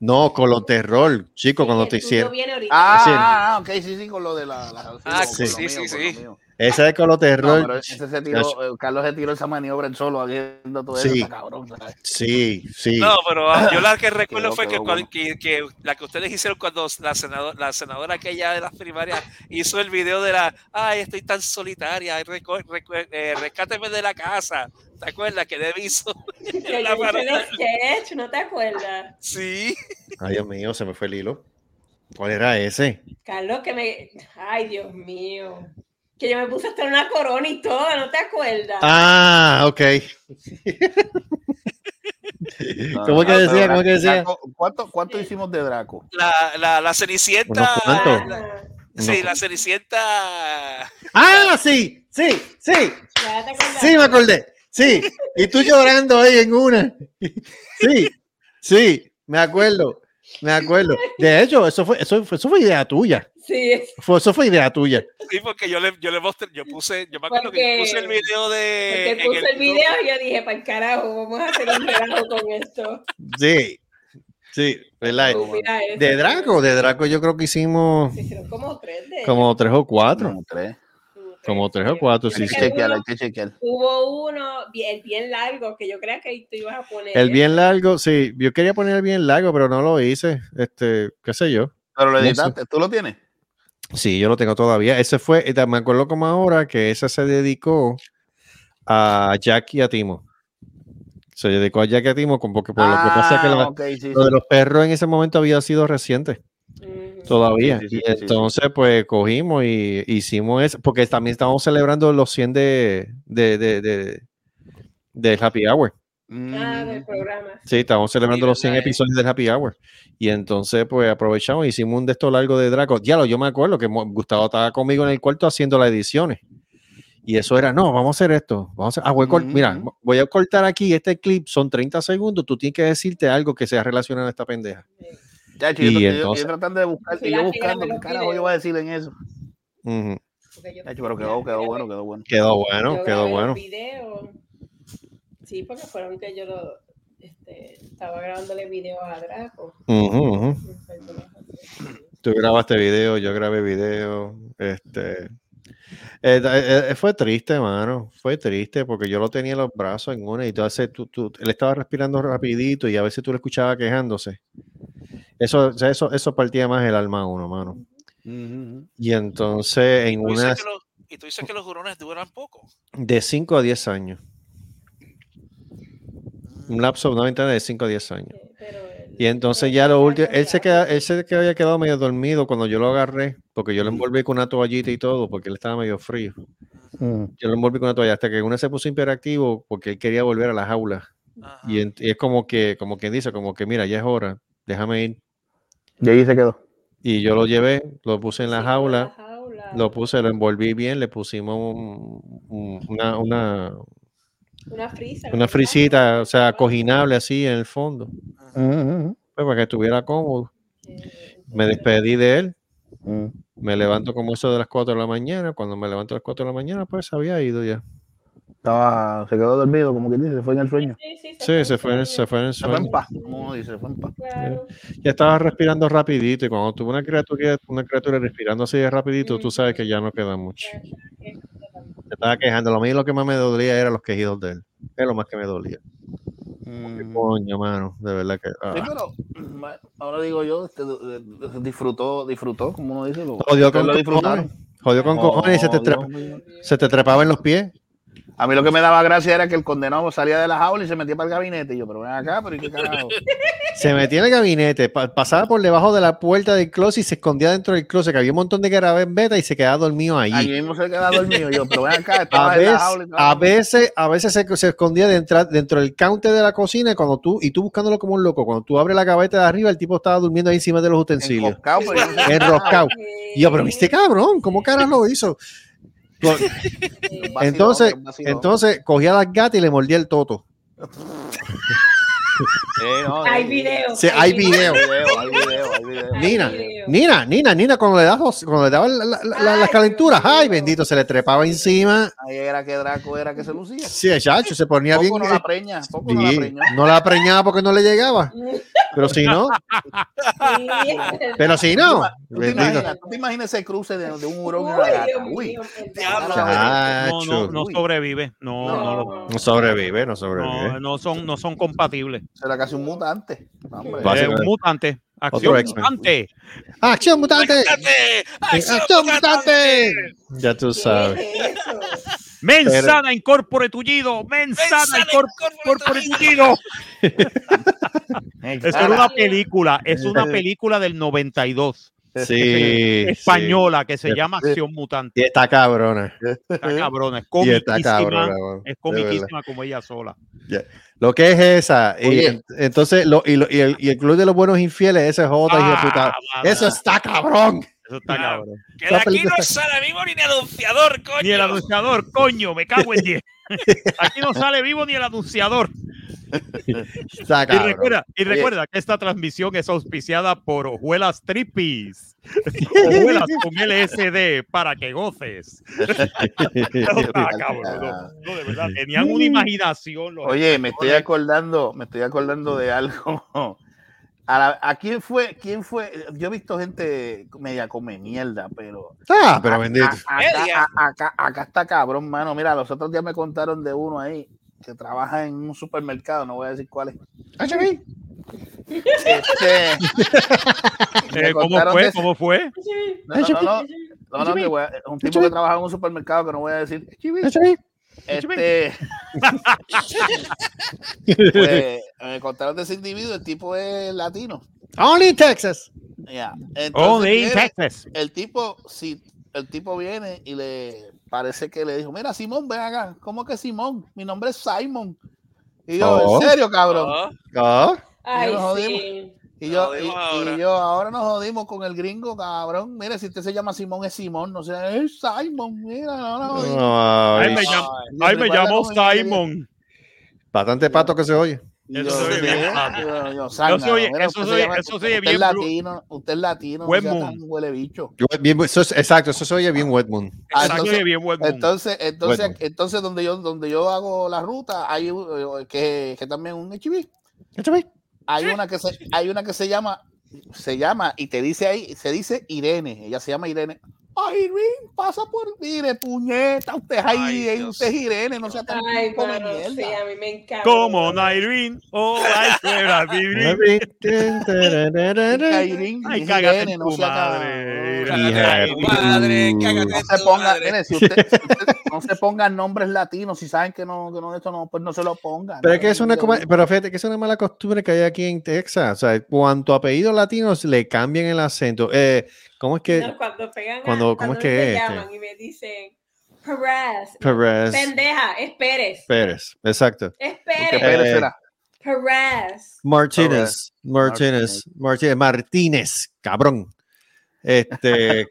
No, Colón Terror, chico, cuando te hicieron. Ah, Sí. ah, ah, ok, sí, sí, con lo de la. la- Ah, con sí, lo sí, sí, con sí. lo mío. Esa de Colón No, Terror. pero ese se tiró, eh, Carlos se tiró esa maniobra en solo haciendo todo eso, Sí. está cabrón. ¿sabes? Sí, sí. No, pero ah, yo la que recuerdo Quedó- fue que, quedó cual- que- que la que ustedes hicieron cuando la, senadora la senadora aquella de las primarias hizo el video de la, ay, estoy tan solitaria, ay, reco- recu- eh, rescáteme de la casa. ¿Te acuerdas que Debbie hizo? Que la yo hice parodia? el sketch, ¿no te acuerdas? Sí. Ay, Dios mío, se me fue el hilo. ¿Cuál era ese? Carlos, que me. Ay, Dios mío. Que yo me puse hasta una corona y todo, ¿no te acuerdas? Ah, ok. ¿Cómo No, que no, decía? pero ¿Cómo que decía? Draco, ¿Cuánto, cuánto hicimos de Draco? La, la, la Unos Cenicienta. cuantos. la- sí, la Cenicienta. Ah, sí, sí, sí. Ya te acuerdas. Sí, me acordé. Sí. Y tú llorando ahí en una. Sí, sí, me acuerdo. Me acuerdo. De hecho, eso fue, eso, fue- eso fue idea tuya. Sí, Fue, eso fue idea tuya. Sí, porque yo le, yo le mostré, yo puse, yo me acuerdo que Porque- yo puse el video de. porque en puse el grupo. video y yo dije, para el carajo, vamos a hacer un relajo con esto. Sí. Sí, ¿verdad? Tú mira eso. De Draco, de Draco yo creo que hicimos Hicieron como tres de como tres o cuatro. Como tres. Como tres o cuatro, sí, Hay sí. que chequear, hay que chequear. Hubo uno bien, bien largo que yo creía que ahí tú ibas a poner. El bien largo, sí, yo quería poner el bien largo, pero no lo hice, este, qué sé yo. Pero lo No sé. editaste, ¿tú lo tienes? Sí, yo lo tengo todavía. Ese fue, eh, me acuerdo como ahora que ese se dedicó a Jack y a Timo. Se dedicó a Jack y a Timo con- porque por lo que pasa es que la- Ah, ok, sí, sí. lo de los perros en ese momento había sido reciente. Todavía. Sí, sí, sí, y sí, sí. entonces, pues cogimos y hicimos eso, porque también estábamos celebrando los 100 de, de, de, de, de Happy Hour. Mm. Ah, del programa. Sí, estamos celebrando los 100 episodios del Happy Hour. Y entonces, pues aprovechamos, hicimos un de estos largo de Draco. Ya lo, yo me acuerdo que Mo- Gustavo estaba conmigo en el cuarto haciendo las ediciones. Y eso era, no, vamos a hacer esto. Vamos a hacer- ah, voy a cort- Mira, voy a cortar aquí este clip, son 30 segundos. Tú tienes que decirte algo que sea relacionado a esta pendeja. Chacho, Y yo, yo- yo entonces- tratando de buscar, Sí, y yo la fila buscando me qué lo carajo pide. yo iba a decir en eso. Ujú. Chacho, pero quedó, quedó bueno, quedó bueno. Quedó bueno, Yo quedó grabé bueno. los videos. Sí, porque fueron que yo lo este, estaba grabándole video a Draco. Ujú, ujú. Tú grabaste video, yo grabé video. Este. eh, eh, eh, fue triste, mano. Fue triste porque yo lo tenía en los brazos en una y entonces tú, tú- él estaba respirando rapidito y a veces tú lo escuchabas quejándose. Eso, o sea, eso, eso partía más el alma a uno, mano. Y entonces en Tú dices una que los- y tú dices que los jurones duran poco. de 5 a 10 años. Un lapso, una ventana de 5 a 10 años. Y entonces ya lo último, él se, queda, él se que había quedado medio dormido cuando yo lo agarré, porque yo lo envolví con una toallita y todo, porque él estaba medio frío. Yo lo envolví con una toalla hasta que una se puso imperactivo porque él quería volver a las aulas. Y, en- y es como que, como quien dice, como que mira, ya es hora, déjame ir. Y ahí se quedó. Y yo lo llevé, lo puse en la jaula, lo puse, lo envolví bien, le pusimos un- un- una, una, Una frisa. una frisita, o sea, cojinable así en el fondo, pues, para que estuviera cómodo. Me despedí de él, me levanto como eso de las 4 de la mañana, cuando me levanto a las 4 de la mañana, pues había ido ya. Estaba, se quedó dormido, como quien dice, se fue en el sueño. Sí, se fue, en- se fue en el Se fue en sueño. paz, como dice, se fue en paz. Ya estaba respirando rapidito y cuando tuve una criatura, una criatura respirando así de rapidito, tú sabes que ya no queda mucho. Se estaba quejando, lo mío lo que más me dolía era los quejidos de él. Es lo más que me dolía. Qué Coño, mano, de verdad que... ah. Mm. Sí, pero ma- ahora digo yo, este, eh, disfrutó, disfrutó, como uno dice. Lo, Jodió con ustedes lo disfrutaron. cojones. Jodió Oh, con cojones y se te, Jodió. trepa- se te trepaba en los pies. A mí lo que me daba gracia era que el condenado salía de la jaula y se metía para el gabinete. Y yo, pero ven acá, pero ¿y qué carajo? Se metía en el gabinete, pa- pasaba por debajo de la puerta del closet y se escondía dentro del closet, que había un montón de beta y se quedaba dormido Allí allí. mismo se quedaba dormido. Yo, pero ven acá, A estaba en veces, la jaula. y estaba- a veces, a veces se, se escondía dentro, dentro del counter de la cocina y cuando tú, y tú buscándolo como un loco, cuando tú abres la gaveta de arriba, el tipo estaba durmiendo ahí encima de los utensilios. Enroscado, pero yo no sé- Enroscado. Y yo, pero viste cabrón, ¿cómo cara lo hizo? Con- Eh, Vacilón, Entonces, vacilón. entonces cogía las gatas y le mordía el toto. Sí, no, Hay sí. video. Sí, hay video. Hay video, hay video, hay video. Nina, Nina, Nina, Nina, cuando le daba, cuando le daba la, la- la- las calenturas, ay, bendito, se le trepaba encima. Ahí era que Draco era que se lucía. Sí, chacho, se ponía bien. Poco no la preña, poco no la Sí, preñó. no la preñaba porque no le llegaba. Pero si no, pero si no, ¿Tú te, bendito. imaginas, tú te imaginas ese cruce de, de un hurón y una gata? Uy, No, no, no sobrevive. No, no, lo- No sobrevive, no sobrevive. no, no son, no son compatibles. Será casi un mutante. No, hombre. Eh, un mutante. Acción X-Men. mutante. ¡Acción mutante! ¡Acción mutante! Ya tú sabes. Mensana incorpore tullido. Mensana incorpore, tullido. Eso era una película. Es una película del 92. Sí, Española que se sí. llama Acción Mutante. Y está cabrona. Está cabrona, es Y está comiquísima. cabrona, mano, de es comiquísima como ella sola. Ya. Lo que es esa. Y Oye. en- entonces, lo, y, lo- y el, y el Club de los Buenos Infieles, ese es otra Ah, irrefutable. mano. Eso está cabrón. Eso está cabrón. Que de aquí no sale vivo ni el anunciador, coño. Ni el anunciador, coño, me cago en 10. Aquí no sale vivo ni el anunciador. Está Y cabrón. recuerda, y Oye. recuerda que esta transmisión es auspiciada por Ojuelas Trippies. Ojuelas con LSD para que goces. No, está cabrón, no, no, de verdad, tenían una imaginación. los Oye, me estoy actores. acordando, me estoy acordando de algo A, la- ¿a quién fue? ¿Quién fue? Yo he visto gente media come mierda, pero. Ah, pero bendito. a- Acá, a- acá- acá está cabrón, mano. Mira, los otros días me contaron de uno ahí que trabaja en un supermercado, no voy a decir cuál es. Este, me Eh, ¿Cómo contaron de fue? ese- ¿Cómo fue? No, no, no, no. No, no, que voy a- un tipo que trabaja en un supermercado que no voy a decir. Este. pues, me contaron de ese individuo, el tipo es latino. Only in Texas. Oh, Ya, entonces Oh, Only in viene- Texas. El tipo, si el tipo viene y le parece que le dijo, mira Simón, ven acá. ¿Cómo que Simón? Mi nombre es Simon. Y yo, Oh. ¿en serio, cabrón? Ah. Ay, Ay, sí. sí. Y yo, y, y yo, ahora nos jodimos con el gringo, cabrón. Mira, si usted se llama Simón, es Simón, no sé, es Simon. Mira, no, no, jodimos. Ay, Ay, me, llam- ay, me recuerda llamó cómo eh, yo quería- Simon. Bastante pato que se oye. Y yo, Eso se oye ¿qué? bien pato. Yo, yo, Eso zángano, se oye- mira, eso usted se oye- llama- eso se usted oye es bien blu- latino, usted es latino, no Buen sea moon. tan huele bicho. Yo- bien- eso es- exacto, eso se oye bien Wetmund. Ah, Exacto, entonces, bien, buen moon. entonces, entonces, Buen moon. entonces donde yo donde yo hago la ruta, hay un- que, que también un HIV. Hay una que se, hay una que se llama se llama y te dice ahí, se dice Irene, ella se llama Irene. Ay, Irene, pasa por mí, de puñeta, usted es ahí, eh, usted es Irene, no sea tan Ay, come mano, mierda. sí, a mí me encanta. Como Nairin. Oh, ay, fuera, Irene. Ay, cágate en Irene, no tu sea madre. cabrón. Irene. No se ponga, mire, si usted, si usted- no se pongan nombres latinos, si saben que no, que no de esto no, pues no se lo pongan. Pero, es que es una, coma- pero fíjate que es una mala costumbre que hay aquí en Texas. O sea, cuanto apellidos latinos le cambian el acento. Eh, ¿Cómo es que? No, cuando pegan a- cuando- ¿cómo es que me es este? llaman y me dicen Perez. Perez. Pendeja, es Pérez. Pérez, exacto. Es Porque Pérez. Pérez era. Perez. Martínez, Martínez, Martínez, Martínez, cabrón. Este,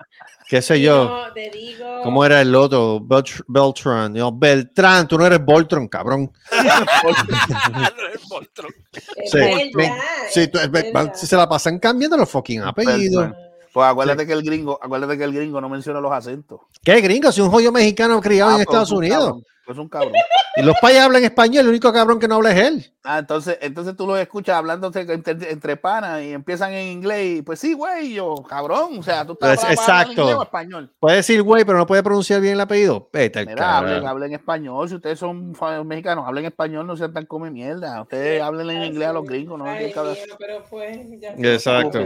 qué sé yo. No, te digo. ¿Cómo era el otro? Beltr- Beltrán. No, Beltrán, tú no eres Boltron, cabrón. Es Sí, verdad, me- es sí, tú- es- verdad. se la pasan cambiando los fucking apellidos. Beltrán. Pues acuérdate que el gringo, acuérdate que el gringo no menciona los acentos. ¿Qué gringo? Si un joyo mexicano criado Ah, en pues Estados un Unidos. cabrón, pues un cabrón. Y los payas hablan español, el único cabrón que no habla es él. Ah, entonces, entonces tú los escuchas hablando entre, entre, entre panas y empiezan en inglés y pues sí, güey, y yo, cabrón, o sea, tú estás Pues, bravo, habla en inglés o exacto. español. Puede decir güey, pero no puede pronunciar bien el apellido. Vete al Mira, hablen, carajo. hablen español. Si ustedes son fa- mexicanos, hablen español, no sean tan come mierda. Ustedes hablen en inglés a los gringos, no Ay, Qué cabra- mío, pero pues, ya. Exacto.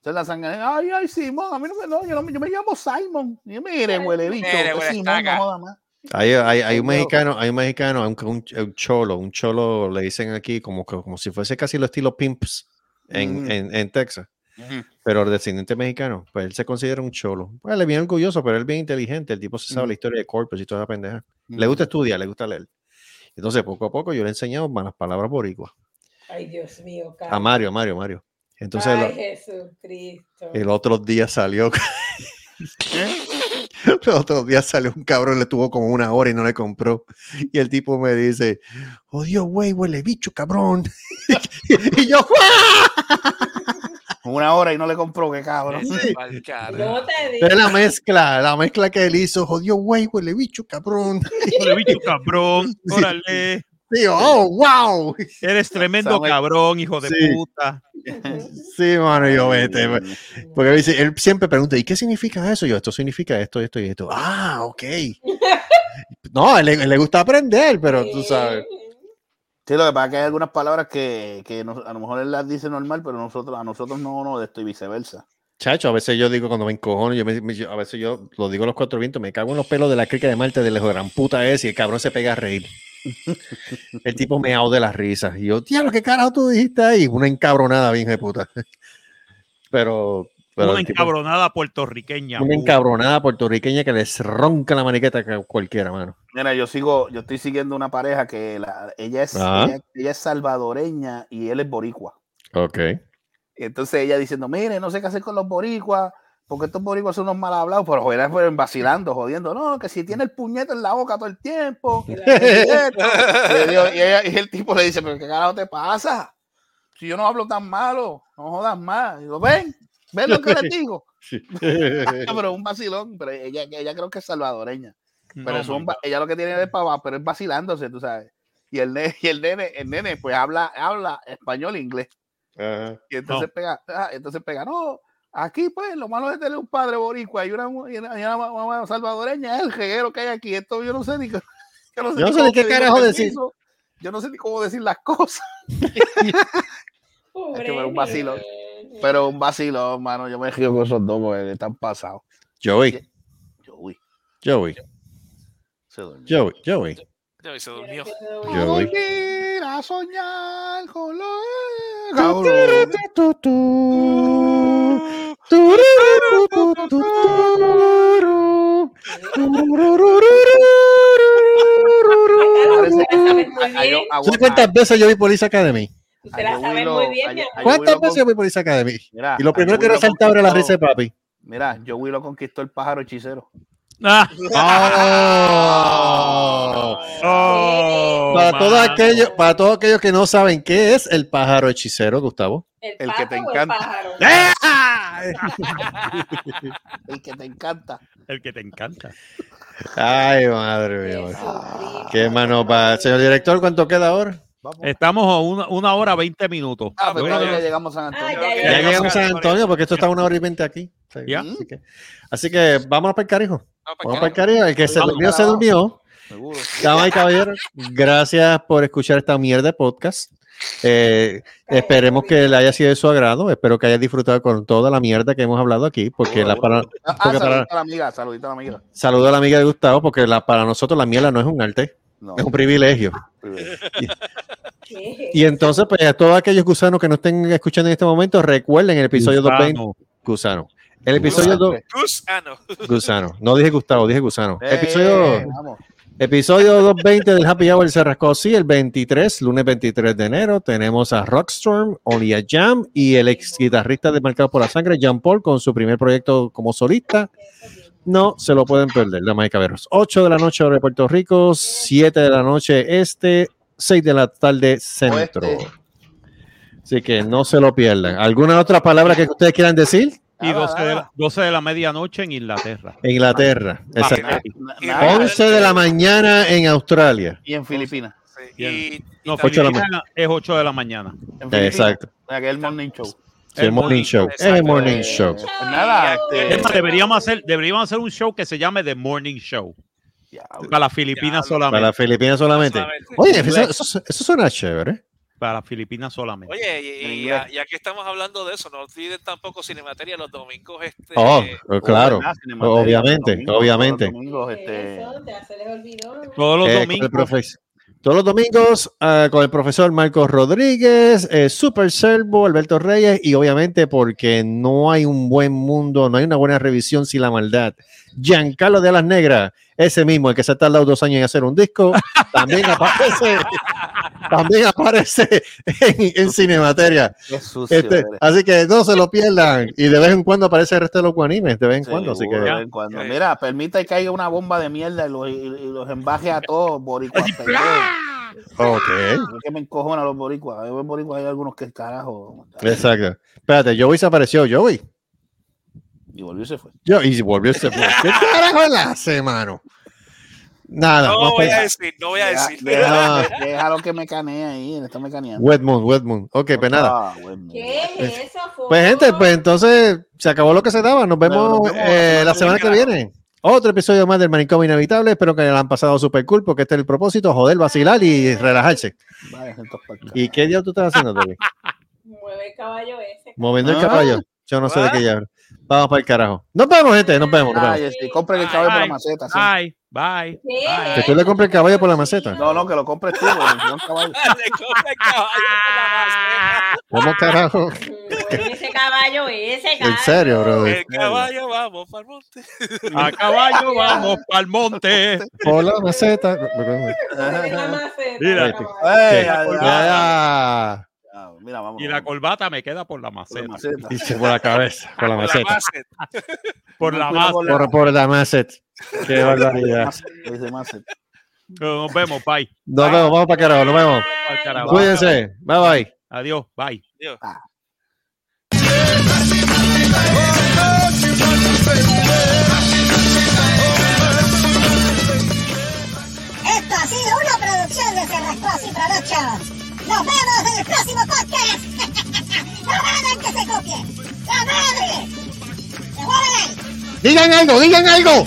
Ustedes la sangan, ay, ay, Simón, a mí no me no, yo, no me- yo me llamo Simon. Y yo, mire, huele bicho, Mire, usted huele Simón, no estaca. joda más. Hay, hay- hay un Yo- mexicano, hay un mexicano, aunque un, un cholo, un cholo le dicen aquí como, que- como si fuese casi lo estilo pimps en, Mm. en- en Texas. Ujú. Pero el descendiente mexicano, pues él se considera un cholo. Pues él es bien orgulloso, pero él es bien inteligente. El tipo se sabe Mm. la historia de corpus y toda esa pendeja. Le gusta estudiar, le gusta leer. Entonces, poco a poco yo le he enseñado malas palabras boricuas. Ay, Dios mío, A Mario, a Mario, a Mario. Entonces, Ay, lo- Jesucristo. el otro día salió. el otro día salió un cabrón, le tuvo como una hora y no le compró. Y el tipo me dice: Oh Dios, güey, huele bicho, cabrón. y yo, Una hora y no le compró, qué cabrón. No te digo. Es la mezcla, la mezcla que él hizo. Jodió, güey, huele bicho, cabrón. Pobre bicho cabrón. Órale. Digo, oh, wow. Eres tremendo Samuel. cabrón, hijo de Sí. puta. Sí, mano, yo vete. güey. Porque él, dice- él siempre pregunta, ¿y qué significa eso? Yo, esto significa esto, esto y esto. Ah, ok. No, a él, le- le gusta aprender, pero tú sabes. Sí, lo que pasa es que hay algunas palabras que, que nos- a lo mejor él las dice normal, pero nosotros, a nosotros no, no, de esto y viceversa. Chacho, a veces yo digo cuando me encojono, yo me- me- yo- a veces yo lo digo a los cuatro vientos, me cago en los pelos de la crica de Marte del hijo de la gran puta ese y el cabrón se pega a reír. El tipo me de las risas. Y yo, diablo, ¿qué carajo tú dijiste ahí? Una encabronada, bien de puta. Pero, pero Una el tipo- encabronada puertorriqueña. una encabronada puertorriqueña que les ronca la maniqueta a cualquiera, mano. Mira, yo sigo, yo estoy siguiendo una pareja que la- ella, es, Ajá. ella, ella es salvadoreña y él es boricua. Ok. Y entonces ella diciendo, mire, no sé qué hacer con los boricuas, porque estos boricuas son unos mal hablados, pero era fueron vacilando, jodiendo, no, que si tiene el puñeto en la boca todo el tiempo. que si esto". y, yo digo- y ella- y el tipo le dice, pero ¿qué carajo te pasa? Si yo no hablo tan malo, no jodas más. Y digo, ven, ven lo que les digo. pero un vacilón, pero ella, ella creo que es salvadoreña. Pero No, es un my va- ella lo que tiene es papá, pero es vacilándose, tú sabes. Y el nene, y el nene, el nene pues habla, habla español e inglés. Ajá. Y entonces No. pega, ah, entonces pega, no, aquí pues lo malo de tener un padre boricua y una, mu- y una, y una ma- mamá salvadoreña es el reguero que hay aquí. Esto yo no sé ni, qué- yo Yo no sé ni qué pedir carajo permiso, decir. Yo no sé ni cómo decir las cosas. Es que fue un vacilo. Pero un vacilo, mano. Yo me río con esos dos, porque están pasados. Joey. Joey. Joey. Se durmió. Joey. Joey. Joey se durmió. Yo voy. Dormir a soñar con lo ¿Sabes cuántas veces yo vi Police Academy? Usted la sabe Willow, muy bien, mi amor. ¿Cuántas veces yo vi Police Academy? Mira, Y lo a primero que Joey lo resaltaba era la risa conquistó. de papi. Mira, Joey lo conquistó el pájaro hechicero. Ah, Oh, oh, para, todos aquellos, para todos aquellos que no saben qué es el pájaro hechicero, Gustavo. El que te encanta. ¡Eh! El que te encanta. El que te encanta. Ay, madre mía. Qué mano para. Señor director, ¿cuánto queda ahora? Estamos a una, una hora, 20 minutos. Ah, pero Yo creo todavía que- llegamos a San Antonio. Ah, Ya llegamos a San Antonio porque esto está una hora y veinte aquí. Sí, Ya. Así que, así que vámonos para el carijo. Vamos para el carijo. El que se Vamos. durmió, se durmió. Seguro. Damas y caballeros, gracias por escuchar esta mierda de podcast. Eh, esperemos que le haya sido de su agrado. Espero que hayas disfrutado con toda la mierda que hemos hablado aquí. Porque la para, Ah, ah, porque para- saludita a la amiga, saludita a la amiga. saludo a la amiga de Gustavo, porque la, para nosotros la mierda no es un arte, No. es un privilegio. Y entonces, pues a todos aquellos gusanos que nos estén escuchando en este momento, recuerden el episodio Gusano. 220. Gusano. El episodio 2. Gusano. Gusano. No dije Gustavo, dije gusano. Eh, episodio, episodio 220 del Happy Hour se rascó sí, el 23, lunes 23 de enero. Tenemos a Rockstorm, Olia Jam y el ex guitarrista de Marcado por la Sangre, Jean Paul, con su primer proyecto como solista. No se lo pueden perder, damas y caballeros. 8 de la noche hora de Puerto Rico, 7 de la noche este, 6 de la tarde centro. Así que no se lo pierdan. ¿Alguna otra palabra que ustedes quieran decir? Y 12 de, la- 12 de la medianoche en Inglaterra. Inglaterra. Ah, Exacto. nada. 11 de la mañana en Australia. Y en Filipinas. Y, no, Ocho de la Filipinas es 8 de la mañana. Exacto. Aquel morning show. Sí, el morning show. Es el morning show. Pues nada, este, Es más, deberíamos hacer, deberíamos hacer un show que se llame The Morning Show. Para las Filipinas solamente. Para las Filipinas solamente. Oye, eso, eso- eso suena chévere. Para Filipinas solamente. Oye, y- y, ya, Pues ya que estamos hablando de eso, no olviden tampoco Cinemateria los domingos. Este, Oh, claro. pues ¿verdad? Obviamente, los domingos, obviamente. todos los domingos, este, Todos los Eh, con el domingos. profes- todos los domingos ah, con el profesor Marcos Rodríguez, eh, Super Servo, Alberto Reyes y obviamente porque no hay un buen mundo, no hay una buena revisión sin la maldad. Giancarlo de las Negras, ese mismo, el que se ha tardado dos años en hacer un disco, también aparece, también aparece en, en Cinemateria. Qué sucio Este, eres. así que no se lo pierdan y de vez en cuando aparece el resto de los guanimes, de vez en cuando. Así que, Seguro, de vez en cuando. Mira, permita que caiga una bomba de mierda y los, y- y los embaje a todos, boricuas. pendejo. ok. Es que me encojonan los boricuas. Hay boricuas, hay algunos que carajo. Exacto. Espérate, Joey se apareció, Joey. Y volvió y se fue. Yo, y volvió ese fue. ¿Qué carajo él hace, mano? Nada. No vamos voy para- a decir, no voy a Deja- decir. Déjalo, Ah. déjalo que me canee ahí, está me caneando. Wedmund, Wedmund. Ok, pues Ah. nada. ¿Qué es eso? Fo? Pues gente, pues entonces se acabó lo que se daba. Nos vemos Nos vemos eh, la la semana que viene. Otro episodio más del Manicomio Inevitable. Espero que la han pasado súper cool porque este es el propósito, joder, vacilar y relajarse. Vaya, entonces, pa' acá. ¿Y qué diablo tú estás haciendo, David? Mueve el caballo ese. Moviendo el Ah. caballo. Yo no sé de qué ya. Vamos para el carajo. Nos vemos, gente. Nos vemos. Nos Ah, vemos. Jessy, compren el cabello por la maceta. sí. Bye, bye. Que tú le compres el caballo por la maceta. Ah, eh, No, no, que lo compres tú. porque si no, el caballo. ¿Cómo carajo? Mueve ese caballo ese. En serio, Pues brother. caballo, vamos, para el monte. A caballo vamos para el monte. Por la maceta. Mira. Ay, tío. Ey, Ya, ay, ya. Mira, vamos. Y la corbata me queda por la maceta. Dice por la cabeza, por la maceta. Por la Por la- maceta. Por, por la maceta. Qué barbaridad. Macet, dice Macet. Nos vemos, bye. Nos vemos, vamos para carajo, nos vemos. Pa'l carajo. Cuídense. Bye bye. Adiós, bye. Adiós. Esto ha sido una producción de Cerrascos y Productions. Nos vemos en el próximo podcast. Digan algo, digan algo.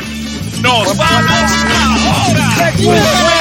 ¡Nos vamos ahora!